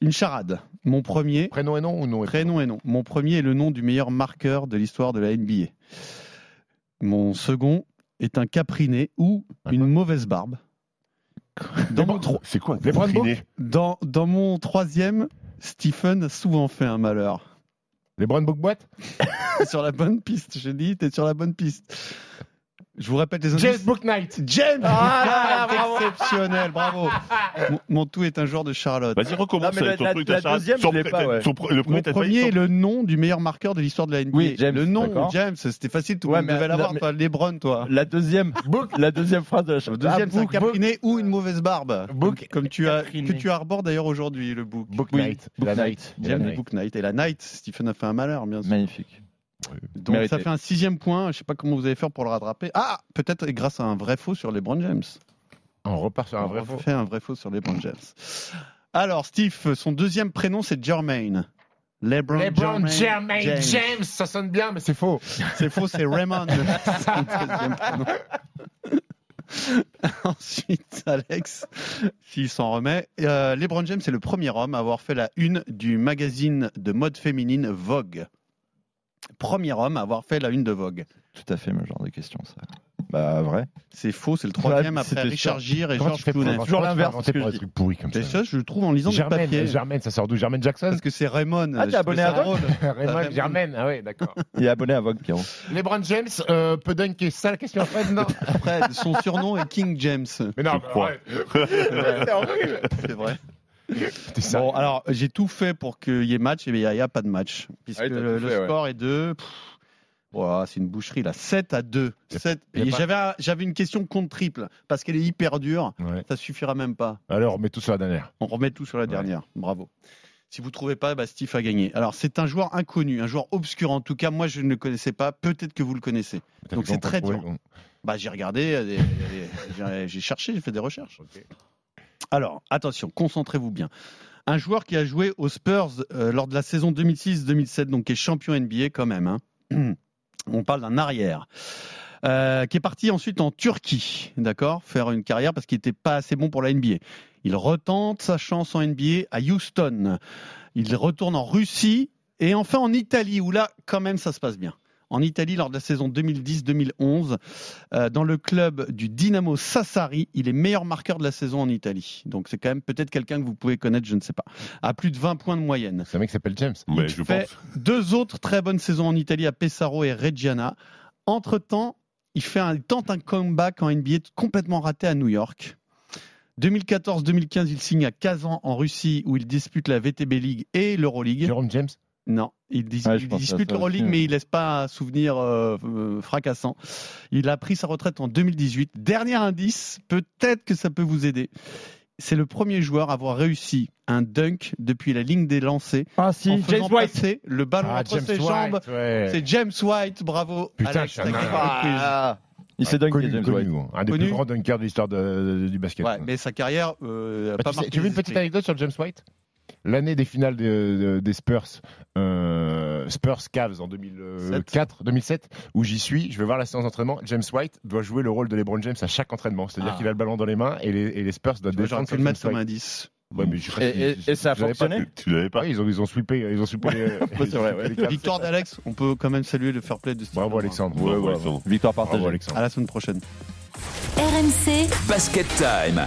S5: Une charade. Mon premier,
S6: Prénom et nom ou nom et
S5: prénom et nom. Mon premier est le nom du meilleur marqueur de l'histoire de la NBA. Mon second est un capriné ou une mauvaise barbe. Dans mon, tro-
S1: C'est quoi
S6: Les Brandbourg
S1: Capriné
S5: Dans, dans mon troisième, Stephen a souvent fait un malheur.
S6: Les Brown Book Boîte
S5: T'es sur la bonne piste, je dis, t'es sur la bonne piste. Je vous répète les indices.
S6: James Book Knight
S5: James
S11: Ah,
S5: Exceptionnel, bravo mon, mon tout est un joueur de Charlotte.
S1: Vas-y, recommence
S11: Non, mais
S1: avec ton
S11: la-
S1: truc,
S11: la
S1: ta charade.
S11: deuxième,
S1: Son
S11: je l'ai
S1: pr-
S11: pas, ouais.
S1: son pr- Le
S5: Mon
S1: premier, t'as pas dit
S5: premier est
S1: son-
S5: le nom du meilleur marqueur de l'histoire de la NBA.
S11: Oui, James,
S5: le nom,
S11: d'accord.
S5: James, c'était facile, tout le
S11: Ouais,
S5: monde
S11: mais
S5: devait
S11: la-
S5: l'avoir,
S11: mais-
S5: toi, Lebron, toi.
S11: La deuxième, la deuxième phrase de la chanson.
S5: Le deuxième, c'est un
S11: Book,
S5: capriné ou une mauvaise barbe.
S6: Book
S5: comme tu as,
S11: Capriné.
S5: que tu arbores d'ailleurs aujourd'hui, le book.
S6: Book
S11: Oui,
S6: Knight.
S11: Book
S6: La
S11: Knight.
S6: Knight.
S5: James
S6: La
S5: et Book Knight. Et la Knight, Stephen a fait un malheur, bien sûr.
S11: Magnifique.
S5: Donc
S11: Mérité.
S5: ça fait un sixième point. Je sais pas comment vous allez faire pour le rattraper. Ah, peut-être grâce à un vrai faux sur les Brown James.
S6: On repart sur un vrai
S5: On fait un vrai faux sur les Brown James. Alors Steve, son deuxième prénom c'est Jermaine. LeBron,
S6: LeBron
S5: Jermaine
S6: Jermaine James. ça sonne bien, mais c'est faux.
S5: C'est faux, c'est Raymond. C'est son deuxième prénom. Ensuite, Alex, s'il s'en remet, euh, LeBron James est le premier homme à avoir fait la une du magazine de mode féminine Vogue. Premier homme à avoir fait la une de Vogue.
S11: Tout à fait, le genre de question, ça. Bah, vrai.
S5: C'est faux, c'est le troisième
S11: Ouais,
S5: après
S11: c'était
S5: Richard
S11: ça.
S5: Gere et
S11: Comment
S5: Georges
S11: tu fais pour
S5: Clooney.
S11: avoir- Toujours l'inverse,
S6: Inventé
S11: ce que
S6: pour
S11: je
S6: des
S11: dis.
S6: trucs pourris comme ça.
S5: Et ça, je le trouve en lisant des
S6: Germaine,
S5: papiers.
S6: Germaine, ça sort d'où Germaine Jackson
S5: Parce que c'est Raymond.
S11: Ah, t'es
S5: je trouvais
S11: abonné à
S5: ça
S11: Vogue
S5: drôle.
S6: Raymond,
S5: Raymond.
S6: Germaine, ah ouais, d'accord.
S11: Il est abonné à Vogue, Pierrot.
S6: LeBron James, euh, Pedunk, c'est ça la question Fred Non.
S5: Après, son surnom est King James.
S6: Mais
S1: Je
S6: non,
S1: crois.
S6: c'est horrible.
S5: C'est vrai.
S6: T'es sérieux
S5: Bon, alors, j'ai tout fait pour qu'il y ait match, et bien, il n'y a, pas de match. Puisque
S15: Ah oui, t'as tout
S5: le
S15: fait, ouais.
S5: score est de. pff, ouah, c'est une boucherie, là. 7 à 2.
S6: Y a-
S5: Sept-
S6: y a
S5: et
S6: pas-
S5: J'avais un- j'avais une question contre triple, parce qu'elle est hyper dure.
S6: Ouais.
S5: Ça suffira même pas.
S6: Alors, on met tout sur la dernière.
S5: On remet tout sur la dernière. Bravo. Si vous ne trouvez pas, bah, Steve a gagné. Alors, c'est un joueur inconnu, un joueur obscur en tout cas. Moi, je ne le connaissais pas. Peut-être que vous le connaissez.
S6: T'as
S5: Donc,
S6: fait
S5: c'est
S6: comment
S5: très
S6: pour
S5: dur.
S6: trouver
S5: Bah, j'ai regardé, euh, des- des- j'ai- j'ai cherché, j'ai fait des recherches. Alors, attention, concentrez-vous bien. Un joueur qui a joué aux Spurs euh, lors de la saison 2006-2007, donc qui est champion NBA quand même. hein. On parle d'un arrière. Euh, qui est parti ensuite en Turquie, d'accord, faire une carrière parce qu'il n'était pas assez bon pour la NBA. Il retente sa chance en NBA à Houston. Il retourne en Russie et enfin en Italie, où là, quand même, ça se passe bien. En Italie, lors de la saison 2010-2011, euh, dans le club du Dynamo Sassari, il est meilleur marqueur de la saison en Italie. Donc c'est quand même peut-être quelqu'un que vous pouvez connaître, je ne sais pas. À plus de 20 points de moyenne.
S6: C'est un mec qui s'appelle James.
S1: Mais je
S5: Fait
S1: pense.
S5: deux autres très bonnes saisons en Italie à Pesaro et Reggiana. Entre-temps, il, fait un, il tente un comeback en NBA complètement raté à New York. 2014-2015, il signe à Kazan en Russie où il dispute la VTB League et l'Euroleague.
S6: Jérôme James
S5: Non, il, dis-
S11: Ouais,
S5: il
S11: je pense à
S5: dispute
S11: ça
S5: l'Euroleague,
S11: aussi,
S5: mais
S11: ouais.
S5: il laisse pas un souvenir euh, euh, fracassant. Il a pris sa retraite en 2018. Dernier indice, peut-être que ça peut vous aider. C'est le premier joueur à avoir réussi un dunk depuis la ligne des lancers
S11: Ah,
S5: en
S11: si,
S5: faisant
S11: James White.
S5: passer le ballon
S6: Ah,
S5: entre
S6: James
S5: ses
S6: White,
S5: jambes.
S6: ouais.
S5: C'est James White, bravo.
S6: Putain,
S5: Alex,
S6: je
S5: t'as
S6: suis un
S5: gagné
S6: nain.
S5: le quiz.
S11: Ah. Il s'est
S6: Connu,
S11: dunké, James
S6: connu,
S11: White.
S6: hein. Un des
S5: Connu.
S6: plus grands dunkers de l'histoire de- du basket.
S5: Ouais, mais sa carrière euh, a
S6: Bah,
S5: pas
S6: tu, sais-
S5: marqué
S6: tu veux
S5: les
S6: une petite
S5: esprits.
S6: anecdote sur James White L'année des finales des, euh, des Spurs, euh, Spurs Cavs en 2004, 2007, où j'y suis, je vais voir la séance d'entraînement. James White doit jouer le rôle de LeBron James à chaque entraînement, c'est-à-dire
S5: Ah.
S6: qu'il a le ballon dans les mains et les, et les Spurs doivent
S5: Tu vois, J'aurais
S6: défendre
S5: pu
S6: sur
S5: le
S6: James
S5: mettre comme
S6: White.
S5: indice.
S1: Ouais, mais je-
S11: Et, et- et ça a
S6: Vous l'avez pas
S11: fonctionné
S1: Tu l'avais pas
S6: Ouais, ils ont ils ont sweepé, ils ont sweepé. les-
S11: c'est vrai, ouais.
S6: les Cavs.
S5: Victoire d'Alex, on peut quand même saluer le fair play de Steve.
S6: Bravo
S5: Ballmer.
S6: Alexandre.
S1: Bravo, Alexandre.
S11: Ah, Victoire partagée.
S6: Bravo Alexandre.
S5: À la semaine prochaine.
S16: RMC,
S15: Basket Time.